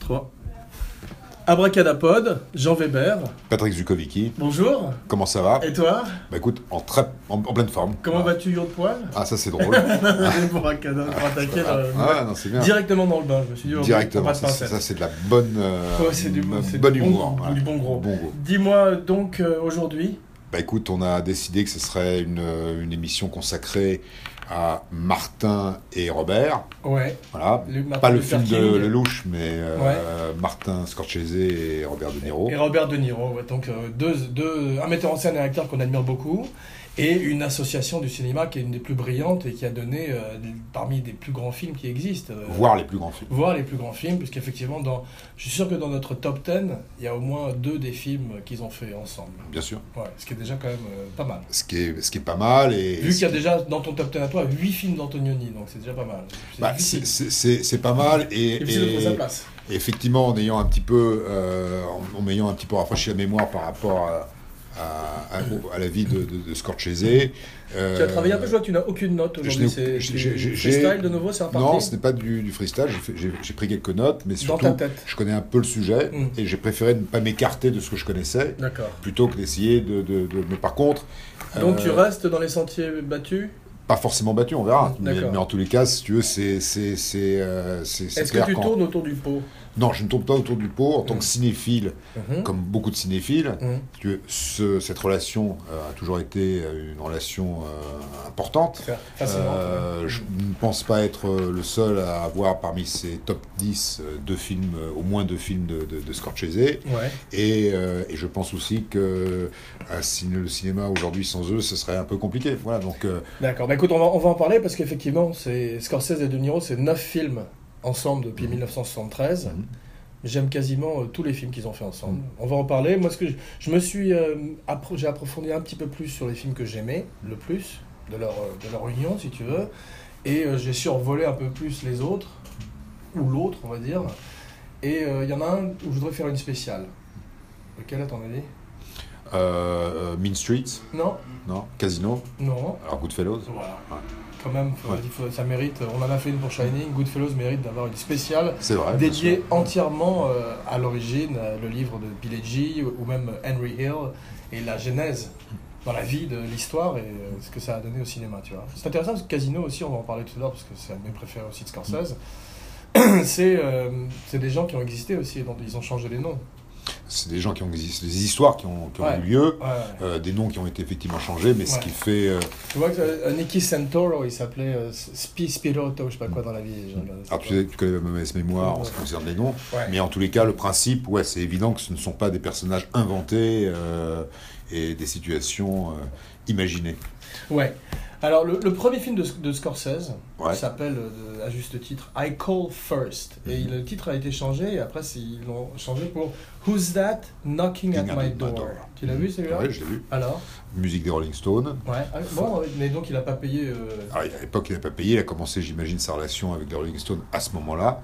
3. Abracadapod, Jean Weber, Patrick Zukovicki, bonjour. comment ça va Et toi Bah écoute, en, très, en, en pleine forme. Comment Euh, Ah. vas-tu, Yon de Poil Ah ça c'est drôle. Pour Acada- pour attaquer ah, le- ah, non c'est bien. euh, directement dans le bain, je me suis dit, oh, on Directement, passe ça, par c'est- ça. ça, c'est de la bonne, euh, Ouais, c'est du bon- c'est du bonne bon humour. goût, du bon gros. goût. Dis-moi donc euh, aujourd'hui, Bah écoute, on a décidé que ce serait une, euh, une émission consacrée à Martin et Robert. ouais, Voilà. Luc Martin Pas le Luther film de King Lelouch, mais euh, Martin Scorsese et Robert De Niro. et Robert De Niro, ouais, donc euh, deux, deux, un metteur en scène et un acteur qu'on admire beaucoup, et une association du cinéma qui est une des plus brillantes et qui a donné euh, des- parmi des plus grands films qui existent. euh, Voir les plus grands films. voir les plus grands films, puisqu'effectivement, dans... je suis sûr que dans notre top 10, il y a au moins deux des films qu'ils ont fait ensemble. Bien sûr. Ouais, ce qui est déjà quand même euh, pas mal. Ce qui est, ce qui est pas mal. Et Vu qu'il y a déjà dans ton top 10 à toi 8 films d'Antonioni, donc c'est déjà pas mal. C'est Bah, difficile. c'est- c'est c'est- c'est pas mal. Et, Difficile de trouver sa et- place. Effectivement, en ayant un petit peu, euh, en- en m'ayant un petit peu rafraîchi la mémoore par rapport à, à- à- au- à la vie de, de, de Scorsese. euh, Tu as travaillé un peu, je vois que tu n'as aucune note je n'ai- aujourd'hui. C'est j'ai- c'est j'ai- j'ai- freestyle de nouveau, c'est un parti Non, ce n'est pas du, du freestyle. j'ai fait- J'ai j'ai pris quelques notes, mais Dans surtout, ta tête. je connais un peu le sujet Mm. et j'ai préféré ne pas m'écarter de ce que je connaissais D'accord. plutôt que d'essayer de, de- de- Mais par contre, Donc euh, tu restes dans les sentiers battus pas forcément battu, on verra. Mais, D'accord. mais en tous les cas, si tu veux, c'est c'est c'est euh, c'est- c'est Est-ce que clair tu qu'en- tournes Mm. autour du pot Non, je ne tourne pas autour du pot en tant que cinéphile. Mhm. comme beaucoup de cinéphiles, Mhm. si tu veux, ce- cette relation euh, a toujours été euh, une relation euh, importante. Faire facilement. Euh, je ne pense pas être euh, le seul à avoir parmi ces top 10 euh, deux films, euh, au moins deux films de, de, de Scorsese. Et, Ouais. euh, et je pense aussi que euh, un ciné- le cinéma aujourd'hui sans eux, ce serait un peu compliqué. Voilà, donc euh, D'accord, bah écoute, on va, on va en parler parce qu'effectivement, c'est Scorsese et De Niro, c'est neuf films ensemble depuis 1973. Mhm. J'aime quasiment euh, tous les films qu'ils ont fait ensemble. On va en parler. Moi, ce que je, je me suis, euh, appro- j'ai approfondi un petit peu plus sur les films que j'aimais le plus de leur euh, de leur union, si tu veux, et euh, j'ai survolé un peu plus les autres ou l'autre, on va dire. Et euh, il y en a un où je voudrais faire une spéciale. Lequel à ton avis euh, Mean Streets, Non, non Casino, non. alors Goodfellas. Voilà. Ouais. Quand même, faut- Ouais. il faut- ça mérite. On en a fait une pour Shining. Goodfellows mérite d'avoir une spéciale C'est vrai. bien dédiée sûr. entièrement euh, à l'origine, euh, le livre de Pileggi ou ou même Henry Hill et la genèse dans la vie de l'histoire et euh, ce que ça a donné au cinéma, tu vois. C'est intéressant parce que Casino aussi, on va en parler tout à l'heure parce que c'est un de mes préférés aussi de Scorsese. Mm. C'est euh, c'est des gens qui ont existé aussi, dont ils ont changé les noms. C'est des gens qui ont existé, des histoires qui ont, qui ont Ouais. eu lieu. Ouais, ouais. Euh, des noms qui ont été effectivement changés, mais ce Ouais. qui fait. euh, Tu vois que euh, Nicky Santoro, il s'appelait euh, Spi Spirotto, je sais pas quoi dans la vie. Mm. euh, j'ai regardé ça. alors, tu, sais, tu connais ma mauvaise mémoire en ce qui concerne les noms, Ouais. mais en tous les cas, le principe, ouais, c'est évident que ce ne sont pas des personnages inventés euh, et des situations euh, imaginées. Ouais. Alors, le, le premier film de, de Scorsese Ouais. il s'appelle, euh, de- à juste titre, I Call First. Et Mhm. il- le titre a été changé, et après, c'est- ils l'ont changé pour Who's That Knocking at Knocking My Door. Tu l'as vu, celui-là Ouais, je l'ai vu. Alors Musique des Rolling Stones. Ouais. Ah, bon, mais donc, il a pas payé... euh, Alors, à l'époque, il n'a pas payé, il a commencé, j'imagine, sa relation avec les Rolling Stones à ce moment-là.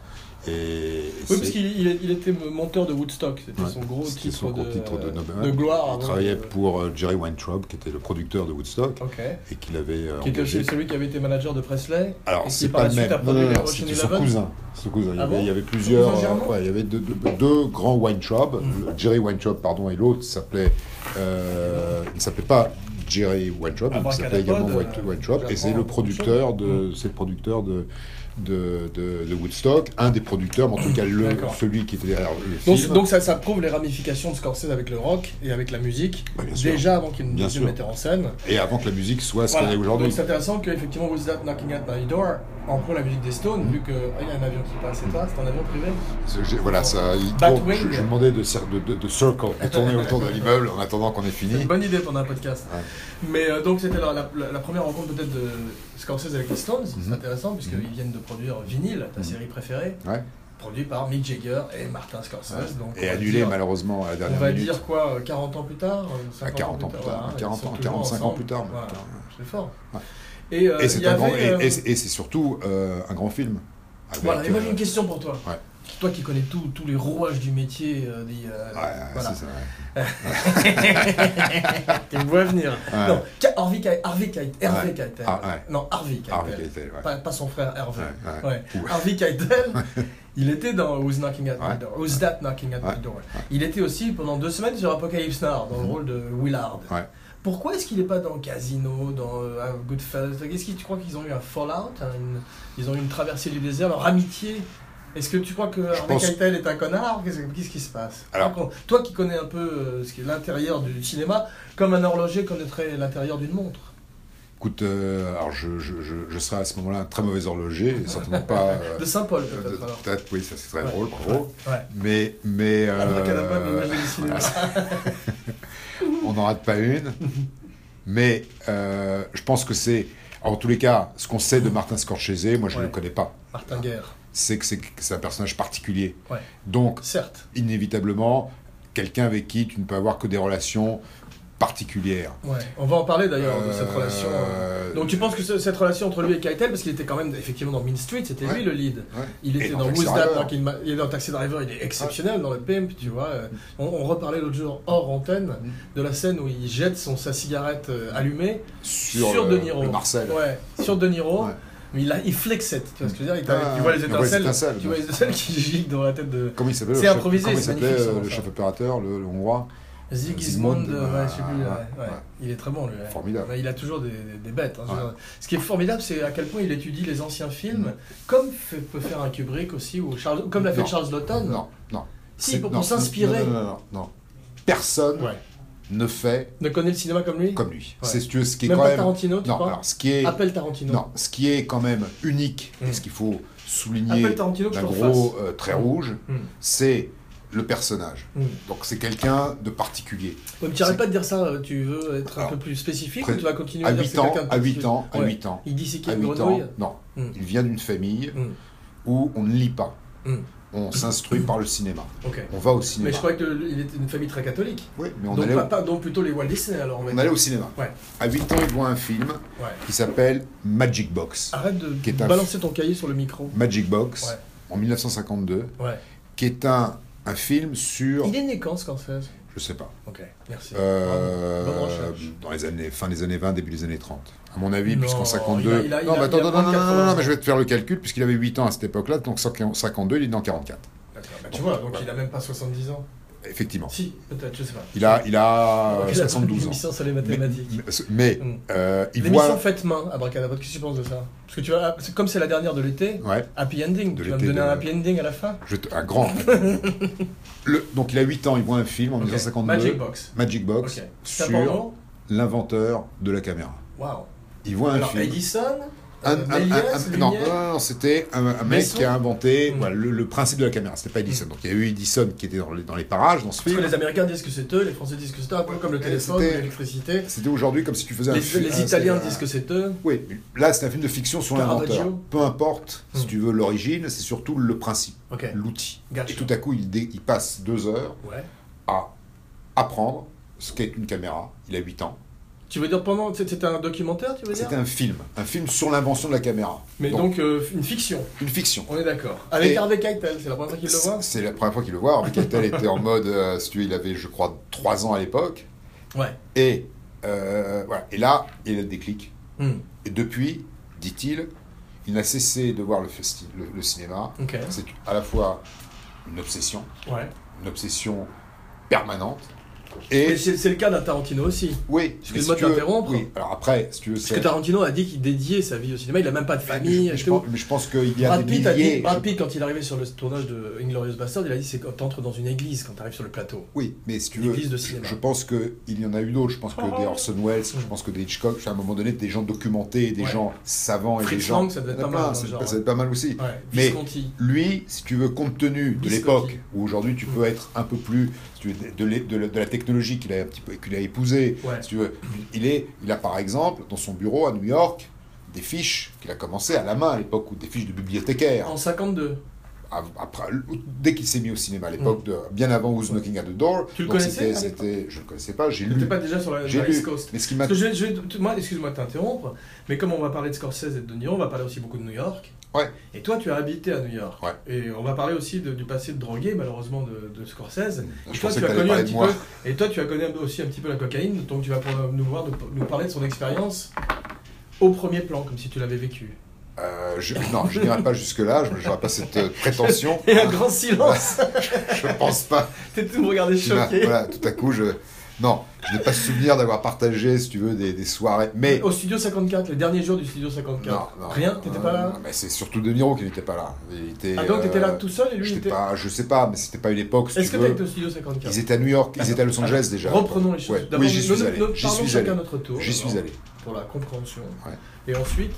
Et Oui, c'est- parce qu'il il- il était monteur de Woodstock. C'était Ouais. son gros C'était titre, son gros de, titre de Nobel. de gloire. il avant travaillait de- pour euh, Jerry Weintraub, qui était le producteur de Woodstock, Ok. et qu'il avait. euh, Qui était engagé. aussi celui qui avait été manager de Presley. et Alors, qui, c'est par la pas le suite, même. a Non, produit non, les non, Ocean c'était son Eleven. cousin. Son cousin. Il y Ah avait, bon il y avait Son plusieurs. cousin germain Mmh. euh, ouais, il y avait deux, deux- deux grands wine shops. Le Jerry Wine Shop, pardon, et l'autre s'appelait. euh, il ne s'appelait pas Jerry Wine Shop, il s'appelait Abracadapod, également Wine, Ah, euh, Wine Shop. Et c'est j'apprends le producteur Mmh. de. C'est le producteur de. De, de- de Woodstock, un des producteurs, mais en tout cas le, D'accord. celui qui était derrière le film. Donc, donc ça, ça prouve les ramifications de Scorsese avec le rock et avec la musique, Bah, bien sûr. déjà avant qu'il ne Bien devienne sûr. metteur en scène. Et avant que la musique soit ce Voilà. qu'elle est aujourd'hui. Donc c'est intéressant qu'effectivement Who's That Knocking at My Door emploie la musique des Stones, vu qu'il y a un avion qui passe et toi, c'est un avion privé. Ce- j'ai- Voilà, ça, il Batwing. tourne. je, je demandais de, cir- de, de, de circle, de tourner autour de l'immeuble en attendant qu'on ait C'est fini. une bonne idée pendant un podcast. Ouais. Mais euh, donc c'était la, la- la- la première rencontre peut-être de Scorsese avec les Stones, Mhm. c'est intéressant puisqu'ils viennent de produire Vinyl, ta série préférée, Ouais. produit par Mick Jagger et Martin Scorsese. Donc, on Et va annulé dire- malheureusement à la On dernière va minute. dire quoi, euh, 40 ans plus tard euh, à 50 40 ans plus tard, voilà, à ils 40 sont ans, toujours 45 ans ensemble. plus tard. mais Voilà, putain. C'est fort. Ouais. Et, euh, Et il c'est y un grand- avait, et- euh, et- et c'est surtout euh, un grand film. Avec, voilà, et moi j'ai euh, une question pour toi. ouais. toi qui connais tout- tous les rouages du métier, euh, des, euh, Ouais, ouais, voilà. c'est ça. ouais. tu me vois venir. Ouais. Non, Ka- Harvey Keitel, Harvey Keitel, Hervé Ouais. Keitel. Ah, ouais. Non, Harvey Keitel. Ah, ok, c'est- ouais. Pas, pas son frère Hervé. Ouais, Ouais. Ouh. Harvey Keitel, il était dans Who's Knocking at My Ouais. Door. Who's That Knocking at Ouais. My Door. Il était aussi pendant deux semaines sur Apocalypse Now dans le Mhm. rôle de Willard. Ouais. Pourquoi est-ce qu'il n'est pas dans Casino, dans euh, Goodfellas Est-ce que tu crois qu'ils ont eu un fallout hein, une- Ils ont eu une traversée du désert, leur amitié Est-ce que tu crois que Harvey pense- Keitel est un connard Qu'est-ce qu'est-ce qui se passe Alors- Raconte. Toi qui connais un peu euh, ce qui est l'intérieur du cinéma, comme un horloger connaîtrait l'intérieur d'une montre. Écoute, euh, alors je, je, je, je serai à ce moment-là un très mauvais horloger, et certainement pas. euh, De Saint-Paul euh, peut-être alors. peut-être, oui, ça c'est très Ouais. drôle, bravo. Ouais. Mais. mais euh, Abracadabra, mais imaginez le cinéma. on n'en rate pas une. Mais euh, je pense que c'est. En tous les cas, ce qu'on sait de Martin Scorsese, moi je ne Ouais. le connais pas, Martin Guerre, c'est que c'est que c'est un personnage particulier. Ouais. Donc, certes. inévitablement, quelqu'un avec qui tu ne peux avoir que des relations particulières. Ouais. On va en parler d'ailleurs de cette Euh, relation. euh. Donc tu penses que ce- cette relation entre lui et Keitel, parce qu'il était quand même effectivement dans Mean Street, c'était Ouais. lui le lead. Ouais. Il Et était dans dans Taxi Who's That, Driver. Ah. donc il m'a- il est dans Taxi Driver, il est exceptionnel dans le pimp, tu vois. euh. On, on reparlait l'autre jour hors antenne Mm-hmm. de la scène où il jette son, sa cigarette euh, allumée sur, sur, De le- Niro. le Marcel. Ouais, sur De Niro. Ouais. Mais il, a, il flexait, tu vois ce que je veux dire il Ah, t'a- Tu vois les on voit les étincelles, étincelles, tu vois ouais. les étincelles qui gigent dans la tête de Comment il s'appelait le C'est chef- improvisé, comment il c'est s'appelait magnifique, euh, ça, le ça. chef opérateur, le, le hongrois Ziggismond, Zygmunt, euh, ouais, je sais plus, ah, ouais, ouais. ouais. il est très bon lui. ouais. Formidable. Ouais, Bah, Il a toujours des, des- des bêtes. hein, je Ouais. veux dire. Ce qui est formidable, c'est à quel point il étudie les anciens films, comme fait- peut faire un Kubrick aussi, ou Charles, comme l'a fait Non. Charles Lawton. Non, non. Si, C'est- pour, non, pour s'inspirer. Non, non, non, non, non. Personne Ouais. ne fait Ne connaît le cinéma comme lui comme lui. Ouais. C'est si tu veux, ce qui est Même quand pas même. Tarantino, tu non, crois Ah, alors ce qui est. Appelle Tarantino. Non, ce qui est quand même unique, Mm. et ce qu'il faut souligner Appelle Tarantino que je d'un te gros refasse. euh, trait rouge, Mm. c'est le personnage. Mm. Donc c'est quelqu'un de particulier. Ouais, mais tu arrêtes C'est- pas de dire ça, euh, tu veux être un Alors, peu plus spécifique près- ou tu vas continuer à, À dire que 8 c'est ans, quelqu'un de à 8 spécifique ans, à Ouais. 8 ans, Il dit c'est qui à une 8 ans, grenouille non. Mm. Il vient d'une famille Mm. où on ne lit pas. Mm. On s'instruit par le cinéma. Ok. On va au cinéma. Mais je croyais qu'il était une famille très catholique. Oui, mais on, donc, allait au... papa- donc plutôt les Walt Disney alors. on va on dire. allait au cinéma. Ouais. À 8 ans, il voit un film Ouais. qui s'appelle Magic Box. Arrête de Qui est un- balancer ton cahier sur le micro. Magic Box, Ah. Ouais. en 1952, Ouais. qui est un, un film sur... Il est né quand Scorsese Je sais pas. Ok, merci. Euh, Bravo. Bonne recherche. dans les années, fin des années 20, début des années 30. À mon avis, Non, puisqu'en il a- 52. il a- il non, a- mais attends, il a non, non, non, non, non, 34. mais je vais te faire le calcul, puisqu'il avait 8 ans à cette époque-là, donc 52, il est dans 44. D'accord, bah, tu vois, donc il a même pas 70 ans. Effectivement. Si, peut-être, je sais pas. Il a, il a Donc, il a euh, pris 72 une ans. licence sur les Mais, mathématiques. mais, Mm. euh, il L'émission voit. faite main à Bracadabra, qu'est-ce que tu penses de ça Parce que tu vois, c'est- comme c'est la dernière de l'été, Ouais, happy ending. De tu vas me l'été donner de- un happy ending à la fin je te- un grand. Le- donc il a 8 ans, il voit un film en Ok. 1952. Magic Box. Magic Box, Ok. C'est un sur porno l'inventeur de la caméra. Waouh. Il voit un Alors, film. Edison Un- euh, un- un- Méliès, un- non, Lumière, non, non, c'était un, un mec Besson. qui a inventé Mm. voilà, le, le principe de la caméra. C'était pas Edison. Donc il y a eu Edison qui était dans les, dans les parages dans ce Parce que film. les Américains disent que c'est eux, les Français disent que c'est eux, un peu comme le Et téléphone, c'était- l'électricité. C'était aujourd'hui comme si tu faisais un Les, film. Ah, les un- Italiens un- disent que c'est eux. Oui, mais là c'est un film de fiction sur Caravaggio. l'inventeur. Peu importe, si Mm. tu veux, l'origine, c'est surtout le principe, Ok. l'outil. Gotcha. Et tout à coup, il, dé- il passe deux heures Ouais. à apprendre ce qu'est une caméra. Il a 8 ans. Tu veux dire pendant. c'est- C'était un documentaire, tu veux dire C'était un film. Un film sur l'invention de la caméra. Mais Donc, donc, euh, une fiction, une fiction. on est d'accord. Avec Et- Harvey Keitel, c'est la première fois qu'il le voit C'est la première fois qu'il le voit. Harvey Keitel était en mode, euh, si tu veux, il avait, je crois, 3 ans à l'époque. Ouais. Et, euh, voilà. et là, il a le déclic. Hmm, Et depuis, dit-il, il n'a cessé de voir le, festi- le, le cinéma. Ok. C'est à la fois une obsession, Ouais. une obsession permanente. Et Et c'est c'est le cas d'un Tarantino aussi. oui, Excuse-moi mais si de tu veux- t'interrompre. Oui, alors après, si tu veux, Parce que Tarantino a dit qu'il dédiait sa vie au cinéma, il a même pas de famille. mais, et Bah, je tout. pense, mais je pense qu'il y a Brad des Pitt, a dit- milliers. Brad je- Pitt, quand il est arrivé sur le tournage de Inglorious Bastard, il a dit c'est quand t'entres dans une église quand t'arrives sur le plateau. Oui, mais si tu Une veux, église de je, cinéma. je pense qu'il y en a eu d'autres. Je pense que des Orson Welles, je pense que des Hitchcock, à un moment donné, des gens documentés, des Ouais. gens savants et Fritz des gens. Lang, ça devait être Il y en a pas mal plein, dans le Ça, genre, ça devait être pas mal aussi. Ouais. Mais- Visconti. Lui, si tu veux, compte tenu de Biscotti. l'époque où aujourd'hui tu peux être un peu plus si tu veux, de, l'é- de la- de la technologie qu'il a, un petit peu- qu'il a épousée, Ouais. si tu veux, il, est, il a par exemple dans son bureau à New York des fiches qu'il a commencé à la main à l'époque, ou des fiches de bibliothécaire. En 52. Av- Après, dès qu'il s'est mis au cinéma à l'époque, de- bien avant Who's Knocking at the Door, Tu le donc connaissais, c'était- à l'époque c'était- je ne le connaissais pas, j'ai T'étais lu. pas déjà sur la, J'ai la lu. East Coast. Mais ce qui m'a. Parce que je, vais- je vais- moi, excuse-moi de t'interrompre, mais comme on va parler de Scorsese et de De Niro, on va parler aussi beaucoup de New York. Ouais. Et toi, tu as habité à New York. Ouais. Et on va parler aussi de- du passé de drogué, malheureusement, de, de Scorsese. Et Je toi, pensais tu que as t'allais connu un parler de petit moi. peu. Et toi, tu as connu un peu aussi un petit peu la cocaïne, donc tu vas pouvoir nous voir, nous, nous parler de son expérience au premier plan, comme si tu l'avais vécu. Euh, je, non, je n'irai pas jusque-là, je n'aurai pas cette euh, prétention. Et un grand silence. Je pense pas. T'es tout me regarder Tu m'as- choqué. Voilà, tout à coup, je. Non, je n'ai pas souvenir d'avoir partagé, si tu veux, des, des soirées. Mais. Au studio 54, les derniers jours du studio 54. Non, non, Rien, non, t'étais non, pas là. non, mais c'est surtout De Niro qui n'était pas là. Il était, Ah donc t'étais là euh, tout seul et lui il j'étais était. pas, je sais pas, mais c'était pas une époque. Si Est-ce tu que veux. t'as été au studio 54 Ils étaient à New York, ils étaient à Los Angeles déjà. Reprenons les choses. Ouais. D'abord, Oui, j'y nous- suis nous- allé. nous J'y parlons suis chacun allé. notre tour. J'y suis alors, allé. Pour la compréhension. Ouais. Et ensuite,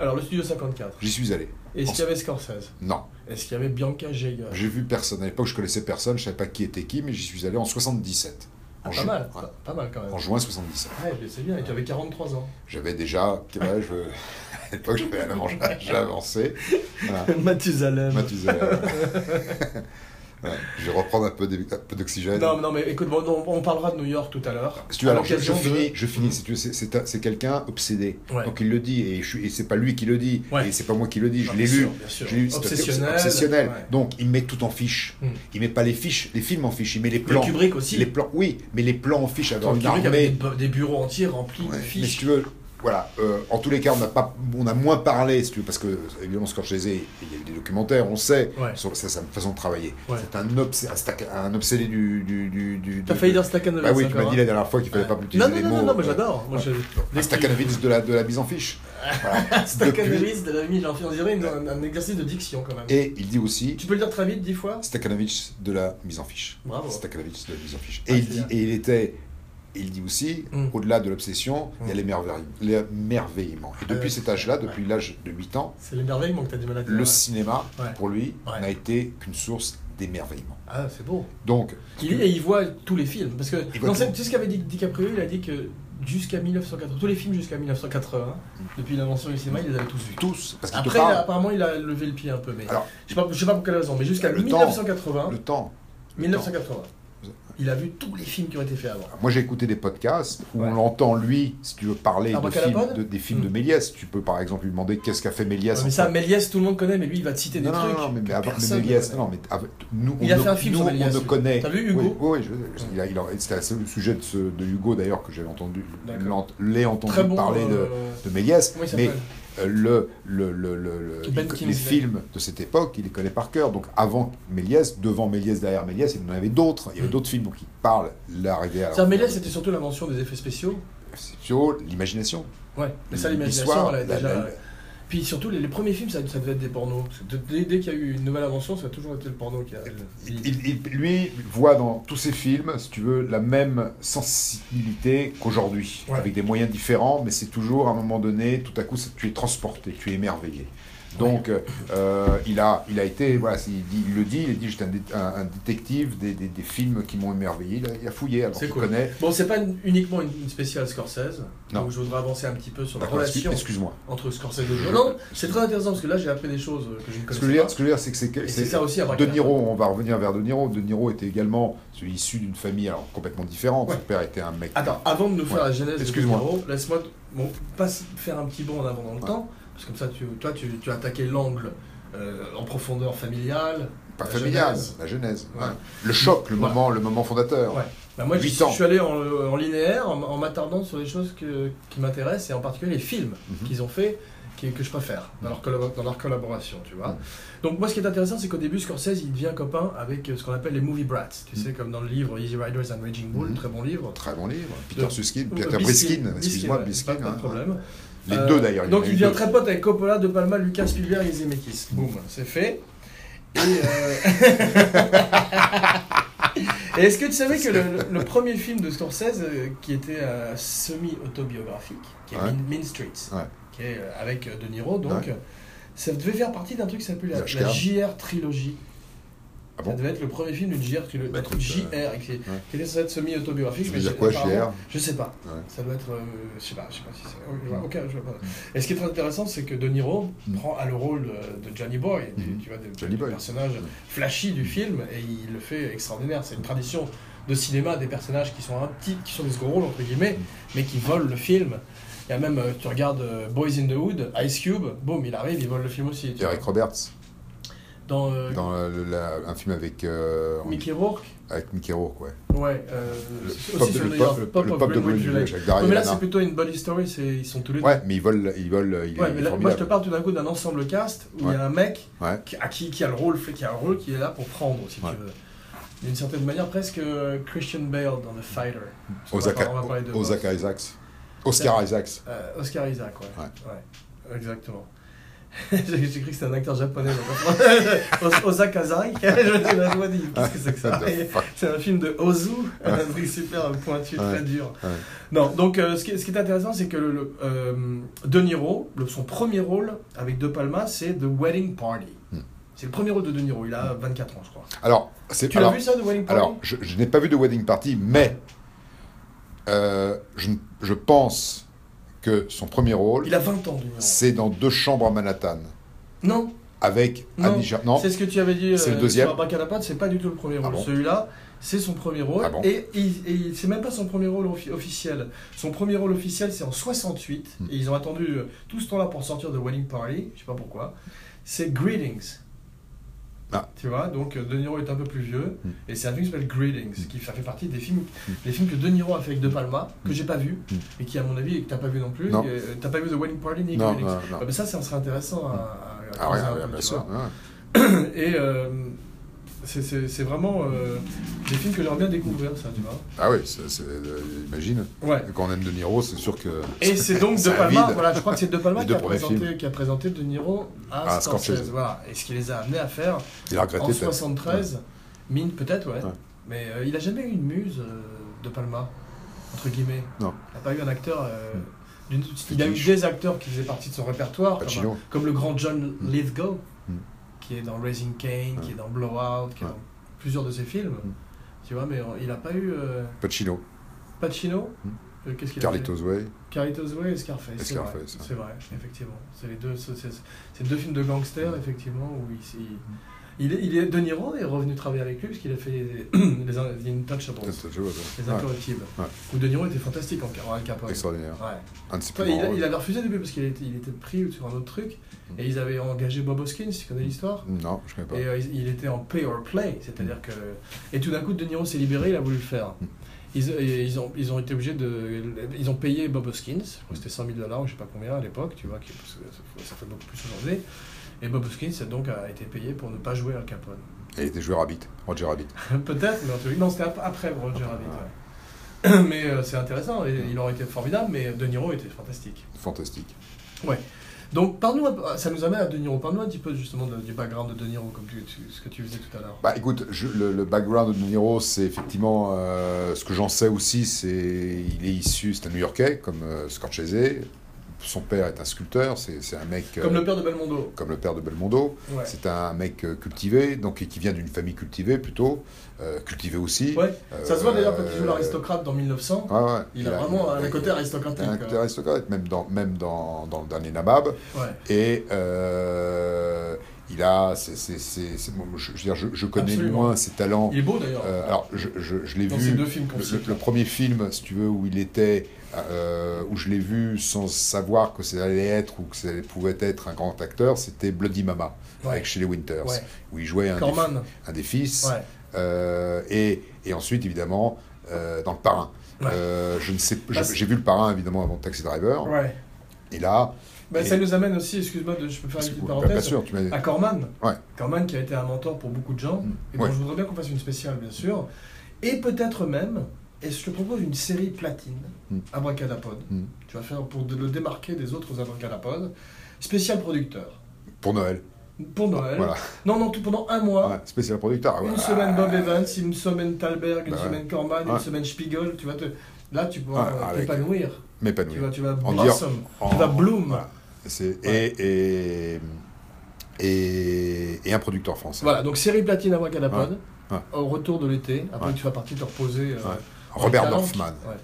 alors le studio 54. J'y suis allé. Est-ce qu'il y avait Scorsese Non, Est-ce qu'il y avait Bianca Jagger j'ai vu personne. À l'époque, je connaissais personne, je savais pas qui était qui, mais j'y suis allé en 77. En Ah, Pas juin. mal, Ouais. pas, pas mal quand même. En juin 77. Ouais, mais c'est bien, et tu avais 43 ans. J'avais déjà, quel âge euh, À l'époque, j'avais un âge âge avancé. Voilà. Mathusalem. Mathusalem. Voilà. euh, Je vais reprendre un peu d'é- un peu d'oxygène. Non, non, mais écoute, bon, on, on parlera de New York tout à l'heure. Si tu veux, À alors je, je l'occasion de- finis, je finis. si tu veux, c'est- C'est un- c'est quelqu'un obsédé. Ouais. Donc il le dit, et, je suis- et c'est pas lui qui le dit, Ouais. et c'est pas moi qui le dis, je Ah, l'ai bien lu. sûr, bien sûr. Je l'ai lu, c'est Obsessionnel. obsessionnel. ouais. Donc il met tout en fiche. Hmm. Il met pas les fiches, les films en fiche, il met les Mais plans. Kubrick aussi. Les plans, oui, mais les plans en fiche avec une Kubrick avait armée. des, des bureaux entiers remplis de Ouais, Mais si fiches. tu veux, voilà, euh, en tous les cas, on a, pas, on a moins parlé, si tu veux, parce que, évidemment, Scorsese, il y a eu des documentaires, on sait, Ouais. sur sa, sa façon de travailler. Ouais. C'est un, obsé- un stac- un obsédé du. du, du, du T'as du- failli dire Stakhanovitz. Bah oui, tu encore, m'as dit hein. la dernière fois qu'il fallait pas non, utiliser non, les non, mots. non, non, mais euh, j'adore. Moi, je... un Stakhanovitz de la, de la mise en fiche. Voilà. Depuis- Stakhanovitz de la mise en fiche. On dirait une- un, un exercice de diction quand même. Et il dit aussi Tu peux le dire très vite, dix fois Stakhanovitch de la mise en fiche. Bravo. Stakhanovitch de la mise en fiche. Ah, Et il c'est dit, bien. et il était, il dit aussi, Mm. au-delà de l'obsession, il y a Mm. Euh, l'émerveille- l'émerveillement. Et depuis ouais. cet âge-là, depuis l'âge de 8 ans, C'est l'émerveillement que t'as du mal à dire. le ouais. cinéma, Ouais. pour lui, Ouais. n'a été qu'une source d'émerveillement. Ah, c'est beau. Donc, Il, et il voit tous les films. Parce que, Il voit non, tout. c'est- tu sais ce qu'avait dit DiCaprio Il a dit que jusqu'à 1980, tous les films jusqu'à 1980, depuis l'invention du cinéma, il les avait tous vus. tous, parce qu'il te Après, il a- parle, apparemment, il a levé le pied un peu, mais Alors, je, sais pas, je sais pas pour quelle raison, mais jusqu'à Le temps. 1980, le temps. le 1980, temps. il a vu tous les films qui ont été faits avant. Moi, j'ai écouté des podcasts où Ouais. on l'entend, lui, si tu veux parler de Abracadabra films, de- des films de Mm. Méliès. Tu peux, par exemple, lui demander qu'est-ce qu'a fait Méliès. Ouais, en mais ça, fait. Méliès, tout le monde connaît, mais lui, il va te citer des non, non, trucs. non, mais, mais, que avant- mais personne Méliès, ne connaît. non, mais avant- nous, on Il a ne- fait un film nous, sur on Méliès, ne lui. connaît. T'as vu Hugo Oui, oui, je- je- il a- il a- c'était assez- le sujet de, ce- de Hugo d'ailleurs que j'ai entendu, D'accord. l'ent- l'ai entendu Très bon. parler de, euh, de Méliès, Comment il mais s'appelle euh, le, le, le, le- le- Ben les- les Kingsley. films de cette époque, il les connaît par cœur. Donc avant Méliès, devant Méliès, derrière Méliès, il y en avait d'autres. Il y avait Mm. d'autres films donc, qui parlent l'arrivée à la- Ça, Méliès, c'était surtout l'invention des effets spéciaux. spéciaux, l'imagination. Ouais, mais ça, l'imagination, l'histoire, elle a la- déjà. la- Puis surtout, les, les premiers films, ça, ça devait être des pornos. Parce que de- dès dès qu'il y a eu une nouvelle invention, ça a toujours été le porno qui a. Il- il- il- lui voit dans tous ses films, si tu veux, la même sensibilité qu'aujourd'hui, Ouais. avec des moyens différents, mais c'est toujours à un moment donné, tout à coup, c'est- tu es transporté, tu es émerveillé. Donc, euh, il, a, il a été, voilà, c'est- il, dit- il le dit, il dit, j'étais un, dé- un- un détective des, des- des films qui m'ont émerveillé, il a, il a fouillé, alors C'est tu cool. connais. Bon, c'est pas une- uniquement une, une spéciale Scorsese. Non. Donc, je voudrais avancer un petit peu sur la D'accord, excuse- relation Excuse-moi. entre Scorsese et Joe. Non, non, c'est très intéressant parce que là, j'ai appris des choses que je ne Ce que je veux connaissais dire, pas. ce que je veux dire, c'est que c'est que- Et c'est- c'est ça aussi à De Niro, on va revenir vers De Niro. De Niro était également celui issu d'une famille alors, complètement différente. Ouais. Son père était un mec. Attends, avant de nous faire Ouais. la genèse de Excuse-moi. Niro, laisse-moi t- bon, pas s- faire un petit bond en avant dans le Ouais. temps, parce que comme ça, tu, toi, tu, tu as attaqué l'angle euh, en profondeur familiale. Pas La familial, genèse. la genèse. Ouais. ouais. Le choc, le Ouais. moment, le moment fondateur. Ouais. Bah, moi, je Huit je ans. suis allé en, en linéaire, en, en m'attardant sur les choses que- qui m'intéressent, et en particulier les films Mhm. qu'ils ont fait, qui- que je préfère, dans leur, collabo- dans leur collaboration, tu Mhm. vois. Donc, moi, ce qui est intéressant, c'est qu'au début, Scorsese, il devient copain avec euh, ce qu'on appelle les movie brats. Tu sais, comme dans le livre Easy Riders and Raging Bull, Mhm. très bon livre. Très bon livre. Peter De- Susskind, Euh, Peter Biskin, Briskin, excuse-moi, ouais, Briskin. pas- Pas hein. de problème. Les Euh, deux d'ailleurs. Donc en a il eu devient deux. très pote avec Coppola, De Palma, Lucas, Spielberg et Zemeckis. Boum, c'est fait. Et, euh, et est-ce que tu savais que le, le premier film de Scorsese, euh, qui était euh, semi-autobiographique, qui est Ouais. Mean, Mean Streets, Ouais. qui est euh, avec euh, De Niro, donc, euh, ça devait faire partie d'un truc qui s'appelait la, Les la HK. JR Trilogie. Ah bon ça devait être le premier film d'une JR Trilogie, Bah, un truc écoute, JR, qui, qui était censé être semi-autobiographique. Ça veut mais dire j'ai- quoi, apparemment- JR? Je sais pas. Ouais. Ça doit être. euh, je sais pas, je sais pas si c'est. oh, Ok, je vois pas. Et ce qui est très intéressant, c'est que De Niro Mm. prend à le rôle euh, de, de Johnny Boy, du, Mhm. tu vois, de- Johnny du Boy. Mm. personnage flashy du film, et il le fait extraordinaire. C'est une tradition Mm. de cinéma des personnages qui sont un petit, qui sont des second rôles entre guillemets, mais qui volent le film. Il Il y a même, euh, tu regardes euh, Boys in the Hood, Ice Cube, boum, il arrive, il vole le film aussi. tu vois. Eric Roberts, Dans, euh, dans la- la- un film avec, euh, Mickey Rourke, avec Mickey Rourke, ouais. ouais, euh, Le c'est pop aussi de- sur le le pop- le- Pop le of pop de Greenwich Greenwich Village. avec Ouais, Daryl mais là, Hannah. c'est plutôt une body story, c'est- ils sont tous les deux. Ouais, mais ils volent, ils volent, il, Ouais, il mais là, moi je est te formidable. parle tout d'un coup d'un ensemble cast où il y a un mec Ouais. qui, à qui, qui a le rôle, qui a un rôle qui est là pour prendre, si Ouais. tu veux. D'une certaine manière, presque euh, Christian Bale dans The Fighter. Parce qu'on va Osaka, pas- on va parler de- Osaka Isaacs. Oscar Isaacs. Euh, Oscar Isaac, ouais. Ouais. Ouais, exactement. J'ai j'ai cru que c'était un acteur japonais. donc- Os- Osakazai Je me suis là, je me dis, qu'est-ce que c'est que ça What the Et fuck C'est un film de Ozu, un truc super pointu, Ah. Ouais. très dur. Ouais. Non, donc euh, ce, qui, ce qui est intéressant, c'est que le, le, euh, De Niro, le- son premier rôle avec De Palma, c'est The Wedding Party. Hmm. C'est le premier rôle de De Niro, il a 24 ans, je crois. Alors, c'est Tu l'as alors, vu ça, The Wedding Party alors je, je n'ai pas vu de wedding party, mais euh, je, ne- je pense que son premier rôle, Il a 20 ans, De Niro. c'est dans deux chambres à Manhattan Non, avec Non, Annie Ger- Non, C'est ce que tu avais dit C'est le euh, deuxième. sur Abracadapod, c'est pas du tout le premier Ah rôle. bon Celui-là, c'est son premier rôle. Ah bon et il- et il- c'est même pas son premier rôle offi- officiel. Son premier rôle officiel, c'est en 68. Hmm. Et ils ont attendu euh, tout ce temps-là pour sortir de Wedding Party, je sais pas pourquoi. C'est Greetings. Ah. Tu vois, donc euh, De Niro est un peu plus vieux. Hmm. Et c'est un film qui s'appelle Greetings, Hmm. qui fait, fait partie des films, Hmm. les films que De Niro a fait avec De Palma, que Hmm. j'ai pas vu, Hmm. et qui, à mon avis, que t'as pas vu non plus. Non. Et, euh, T'as pas vu The Wedding Party ni non, Greetings. non, non. Ah, mais ça, ça serait intéressant à. à- à Ah ouais, creuser un ouais, peu, bien tu sûr. vois. hein. Et euh, c'est- c'est c'est vraiment euh, des films que j'aimerais bien découvrir, ça, tu vois. Ah oui, c'est- c'est- euh, imagine. Ouais. Quand on aime De Niro, c'est sûr que. Et c'est donc De Ça Palma, vide. voilà, je crois que c'est De Palma Les qui a, deux premiers présenté, films. qui a présenté De Niro à À Scorsese, Scorsese. voilà. Et ce qui les a amenés à faire Il a regretté en peut-être. 73, mine peut-être, ouais. Ouais. Mais euh, il a jamais eu une muse euh, De Palma, entre guillemets. Non. Hmm. Il n'a pas eu un acteur. euh, d'une- C'était il y a eu Kitsch. des acteurs qui faisaient partie de son répertoire, comme, Pacino. comme le grand John Mm. Lithgow, Mm. qui est dans Raising Kane, qui Ouais. est dans Blowout, qui est Ouais. dans plusieurs de ses films. Mm. Tu vois, mais on- il n'a pas eu euh, Pacino. Pacino. Mm. euh, Qu'est-ce qu'il a fait Carlitos Way. Carlitos Way et Scarface. c'est vrai. Scarface, ouais. C'est vrai, effectivement. C'est les deux, c'est- c'est- c'est deux films de Mm. gangsters, effectivement, où il, il- il est, il est- De Niro est revenu travailler avec lui parce qu'il a fait les, les, In- The Intouchables, C'est- je vois ça. les Ouais, Incorruptibles. Ouais. Où De Niro était fantastique en en Al Capone. Extraordinaire. Ouais. Un de ses plus Enfin, il, grands a- il rôles. avait refusé au début parce qu'il était, il était pris sur un autre truc et ils avaient engagé Bob Hoskins, tu connais l'histoire Non, je ne connais Et pas. euh, il il était en pay or play, c'est-à-dire que. Et tout d'un coup, De Niro s'est libéré, il a voulu le faire. Ils, et ils, ont, ils ont été obligés de. Ils ont payé Bob Hoskins, je crois que c'était 100 000 dollars, je sais pas combien à l'époque, tu vois, qui- parce que ça, ça fait beaucoup plus aujourd'hui. Et Bob Hoskins donc, a été payé pour ne pas jouer Al Capone. Et il était joueur Rabbit, Roger Rabbit. Peut-être, mais en tout cas, non, c'était ap- après Roger Rabbit. ouais. mais euh, c'est intéressant, et, il aurait été formidable, mais De Niro était fantastique. Fantastique. Donc, parle-nous, un- ah, ça nous amène à De Niro. Parle-nous un petit peu justement de- du background de De Niro, comme tu- tu- ce que tu faisais tout à l'heure. Bah écoute, je- le, le background de De Niro, c'est effectivement euh, ce que j'en sais aussi, c'est il est issu, c'est un New-Yorkais comme euh, Scorsese. Son père est un sculpteur, c'est c'est un mec euh, Comme le père de Belmondo. comme le père de Belmondo. Ouais. C'est un mec euh, cultivé, donc et qui vient d'une famille cultivée plutôt, euh, cultivé aussi. Ouais. Ça se voit Euh, d'ailleurs quand il joue l'aristocrate dans 1900. Ouais, ouais. Il, a vraiment un il a- côté hein. aristocratique. il a un quoi. côté aristocrate, même dans même dans, dans le dernier Nabab. Ouais. Et euh, il a, c'est, c'est, c'est, c'est- moi, je, je veux dire, je, je connais Absolument. moins ses talents. Il est beau d'ailleurs. Euh, alors, je, je, je l'ai dans vu. ces deux films qu'on le- le, cite. le premier film, si tu veux, où il était, euh, où je l'ai vu sans savoir que ça allait être ou que ça pouvait être un grand acteur, c'était Bloody Mama Ouais. avec Shelley Winters, Ouais. où il jouait un, des, Corman. un des fils. Ouais. Euh, et, et ensuite, évidemment, euh, dans le parrain. Ouais. Euh, je ne sais, je- Parce- j'ai vu le parrain évidemment avant Taxi Driver. Ouais. Et là, Bah, Et- ça nous amène aussi, excuse-moi, de- je peux faire parce une que- petite bah, parenthèse. bien sûr, tu m'as À Corman. Ouais. Corman qui a été un mentor pour beaucoup de gens. Mm. Ah, Et dont Ouais. je voudrais bien qu'on fasse une spéciale, bien sûr. Et peut-être même, et je te propose une série platine, Mm. Abracadapod. Mm. Tu vas faire pour de- le démarquer des autres Abracadapodes. Spécial producteur. pour Noël. Pour Noël. Voilà. Non, non, tout pendant un mois. Ouais, spécial producteur. ah ouais. Ah. Une semaine Bob Evans, une semaine Talberg, une Bah ouais. semaine Corman, une Ouais. semaine Spiegel, tu vas te... Là, tu pourras Ouais, euh, avec- t'épanouir. Tu M'épanouir. vas, tu vas En blossom, En- tu vas bloom. Voilà. C'est- Ouais. Et, et, et, et un producteur français. Voilà, donc série platine avant Calapod, Ouais. Ouais. au retour de l'été, après Ouais. que tu vas partir te reposer. euh, Ouais. en Robert Italie. Dorfman. Ouais.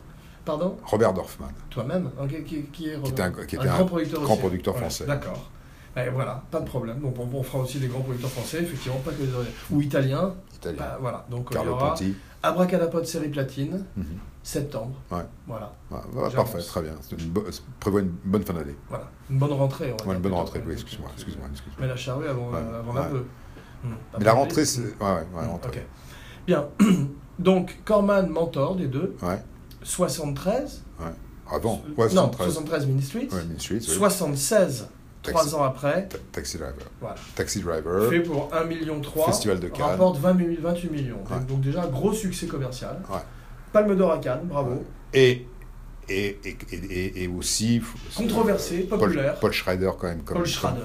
Pardon Robert Dorfman, Toi-même Ok, qui, qui est qui Robert était un, qui Un était un grand producteur grand aussi. producteur Voilà, français. D'accord. Et voilà, pas de problème. Donc on, on fera aussi les grands producteurs français, effectivement, pas que les Orientaux. Ou italiens. Italien. Bah, voilà. Donc euh, il y Carlo aura Ponti. Abracadapod série platine, Mhm. septembre. Ouais. Voilà. Ouais, ouais, J'avance. parfait, très bien. C'est Une bo- ça prévoit une bonne fin d'année. Voilà. Une bonne rentrée. on va Ouais, dire une bonne plutôt. rentrée, oui, excuse-moi. excuse-moi, excuse-moi. Mais la charrue avant, Ouais, euh, avant ouais. la peu. Hmm. Mais la Après, rentrée, hmm. c'est. Ouais, ouais, ouais, Hmm, rentrée. ok. Bien. Donc, Corman, mentor des deux. Ouais. 73. Avant, euh, ouais, Non, 73. 73 Main Street. Ouais, Main Street, oui. 76, Taxi- 3 ans après. Ta- Taxi Driver. Voilà. Taxi Driver. Fait pour 1,3 million. Festival de Cannes. Rapporte 20 mi- 28 millions. Ouais. Donc, déjà, gros succès commercial. Ouais. Palme d'or à Cannes, bravo. Ouais. Et, et, et, et, et aussi. faut- Controversé, Paul- populaire. Paul, Schrader, quand même, comme, Paul Schrader.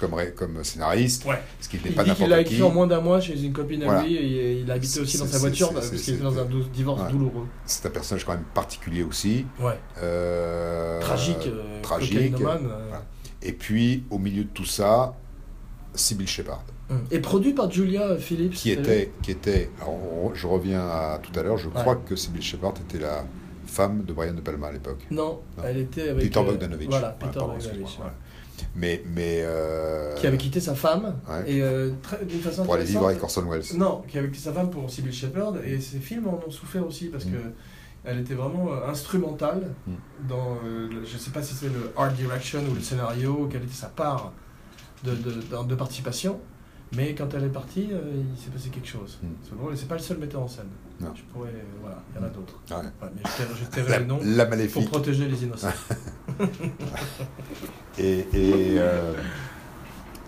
Comme, comme- comme euh, scénariste, Ouais. ce qui n'est Il pas dit n'importe qu'il a qui. écrit en moins d'un mois chez une copine à Voilà. lui et il a habité aussi dans C'est- sa voiture c'est- parce c'est- qu'il c'est- était dans un dou- divorce Ouais. douloureux. C'est un personnage quand même particulier aussi. Ouais. Euh, Tragique. euh, tragique. cocaïnomane, euh. Voilà. Et puis, au milieu de tout ça, Sybil Shepard, Hum. Et produit par Julia Phillips. qui t'as vu était, qui était alors, on- je reviens à tout à l'heure, je Ouais. crois que Sybil Shepard était la femme de Brian De Palma à l'époque. Non, Non. elle était avec. Peter euh, Bogdanovich. Voilà, Ouais, Peter pardon, Bogdanovich. excuse-moi, ouais. Mais, mais euh, Qui avait quitté sa femme Ouais. et euh, très- d'une façon pour aller vivre avec intéressante. Orson Welles. Non, qui avait quitté sa femme pour Sybil Shepherd et ses films en ont souffert aussi parce Mm. que elle était vraiment euh, instrumentale Mm. dans, euh, le- je sais pas si c'est le art direction ou le scénario, quelle était sa part de, de, de- de participation. Mais quand elle est partie, euh, il s'est passé quelque chose. Mm. C'est drôle, et c'est pas le seul metteur en scène. Non. Je pourrais, euh, voilà, il y en a d'autres. Ouais. Ouais, mais je tairai- je tairai La, les noms la pour maléfique. protéger les innocents. Et, et, euh,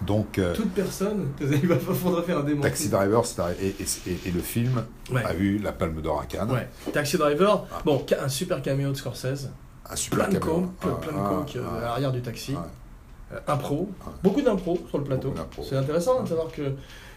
donc, euh, Toute personne, il va faudra faire un démon. Taxi Driver, c'est un- et, et- et- et le film Ouais. a eu la Palme d'Or à Cannes. Ouais. Taxi Driver, Ah. bon, ca- un super caméo de Scorsese. Un Plein super de caméo. coke, plein Ah, plein ah, de coke euh, ah, à l'arrière du taxi. ah. Euh, impro, Ouais. beaucoup d'impro sur le plateau. Beaucoup d'impro. C'est intéressant Ouais. de savoir que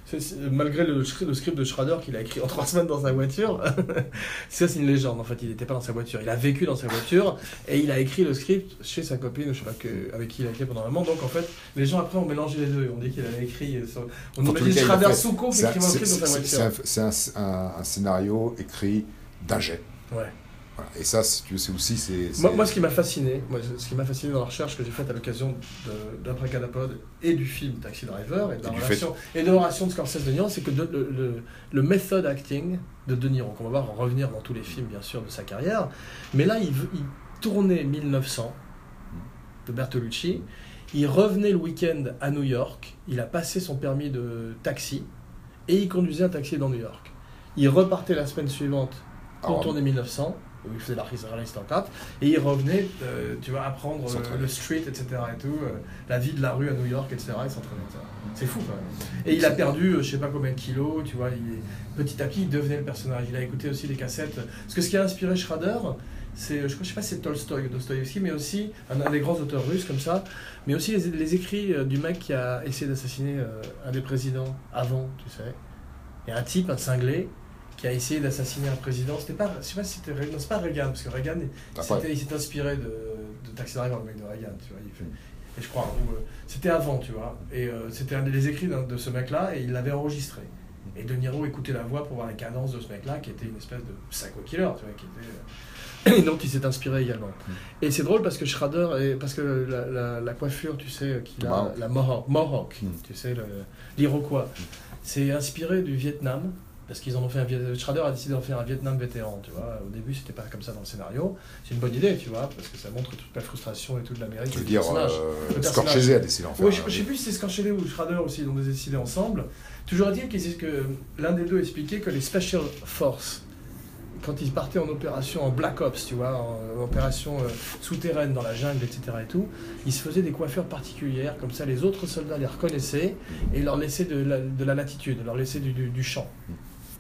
c'est- c'est- malgré le, scri- le script de Schrader qu'il a écrit en trois semaines dans sa voiture, ça c'est une légende en fait, il n'était pas dans sa voiture, il a vécu dans sa voiture et il a écrit le script chez sa copine, je sais pas que, avec qui il a été pendant un moment, donc en fait les gens après ont mélangé les deux, on dit qu'il avait écrit, euh, sur- on Dans tous imagine les cas, il a Schrader fait- sous coupe C'est un- écrivant un c'est- script dans sa c'est- c'est voiture. un- c'est un, un- un scénario écrit d'un jet. Ouais. Voilà. Et ça, si tu veux, c'est aussi. c'est- c'est- Moi, moi, ce qui m'a fasciné, moi, ce qui m'a fasciné dans la recherche que j'ai faite à l'occasion de- d'Abracadapod et du film Taxi Driver et de la Et du relation- et de l'oration de Scorsese de Niro, c'est que de- le, le, le method acting de De Niro, qu'on va voir revenir dans tous les films bien sûr de sa carrière, mais là il, veut- il tournait 1900 de Bertolucci, il revenait le week-end à New York, il a passé son permis de taxi et il conduisait un taxi dans New York. Il repartait la semaine suivante pour Alors, tourner 1900, où il faisait la réaliste en tape, et il revenait, euh, tu vois, apprendre euh, S'entraîner. le street, etc. et tout, euh, la vie de la rue à New York, etc. et s'entraîner, etc. C'est fou quand même. Et il a perdu, euh, je sais pas combien de kilos, tu vois, il est- petit à petit, il devenait le personnage. Il a écouté aussi des cassettes. Parce que ce qui a inspiré Schrader, c'est, je, crois- je sais pas si c'est Tolstoy ou Dostoïevski, mais aussi un, un des grands auteurs russes comme ça, mais aussi les, les écrits euh, du mec qui a essayé d'assassiner euh, un des présidents avant, tu sais. Il y a un type, un cinglé, qui a essayé d'assassiner un président. C'était pas, je sais pas si c'était Reagan, non, c'est pas Reagan, parce que Reagan, Bah, après, c'était- il s'est inspiré de, de Taxi Driver, le mec de Reagan, tu vois. il fait- Mm. et je crois, ou, euh, c'était avant, tu vois. Et euh, c'était un des écrits d'un- de ce mec-là, et il l'avait enregistré. Et De Niro écoutait la voix pour voir la cadence de ce mec-là, qui était une espèce de psycho-killer, tu vois, qui était... euh, Et donc, il s'est inspiré également. Et c'est drôle parce que Schrader, est, parce que la, la- la coiffure, tu sais, euh, qu'il a, Tomahawk. la Mohawk, Mohawk, Mm. tu sais, le- l'Iroquois, c'est inspiré du Vietnam, parce qu'ils en ont fait un Viet- Schrader a décidé d'en faire un Vietnam vétéran, tu vois. Au début, c'était pas comme ça dans le scénario. C'est une bonne idée, tu vois, parce que ça montre toute la frustration et toute l'Amérique. je du veux dire, personnage. euh, Le Scorsese personnage. a décidé d'en faire. Oui, je, un. je sais plus si c'est Scanchelli ou Schrader aussi, ils ont décidé ensemble. Toujours est-il qu'ils disent que l'un des deux expliquait que les Special Forces, quand ils partaient en opération en Black Ops, tu vois, en, en opération euh, souterraine dans la jungle, etc. et tout, ils se faisaient des coiffures particulières, comme ça les autres soldats les reconnaissaient et leur laissaient de la, de la latitude, leur laissaient du, du, du champ.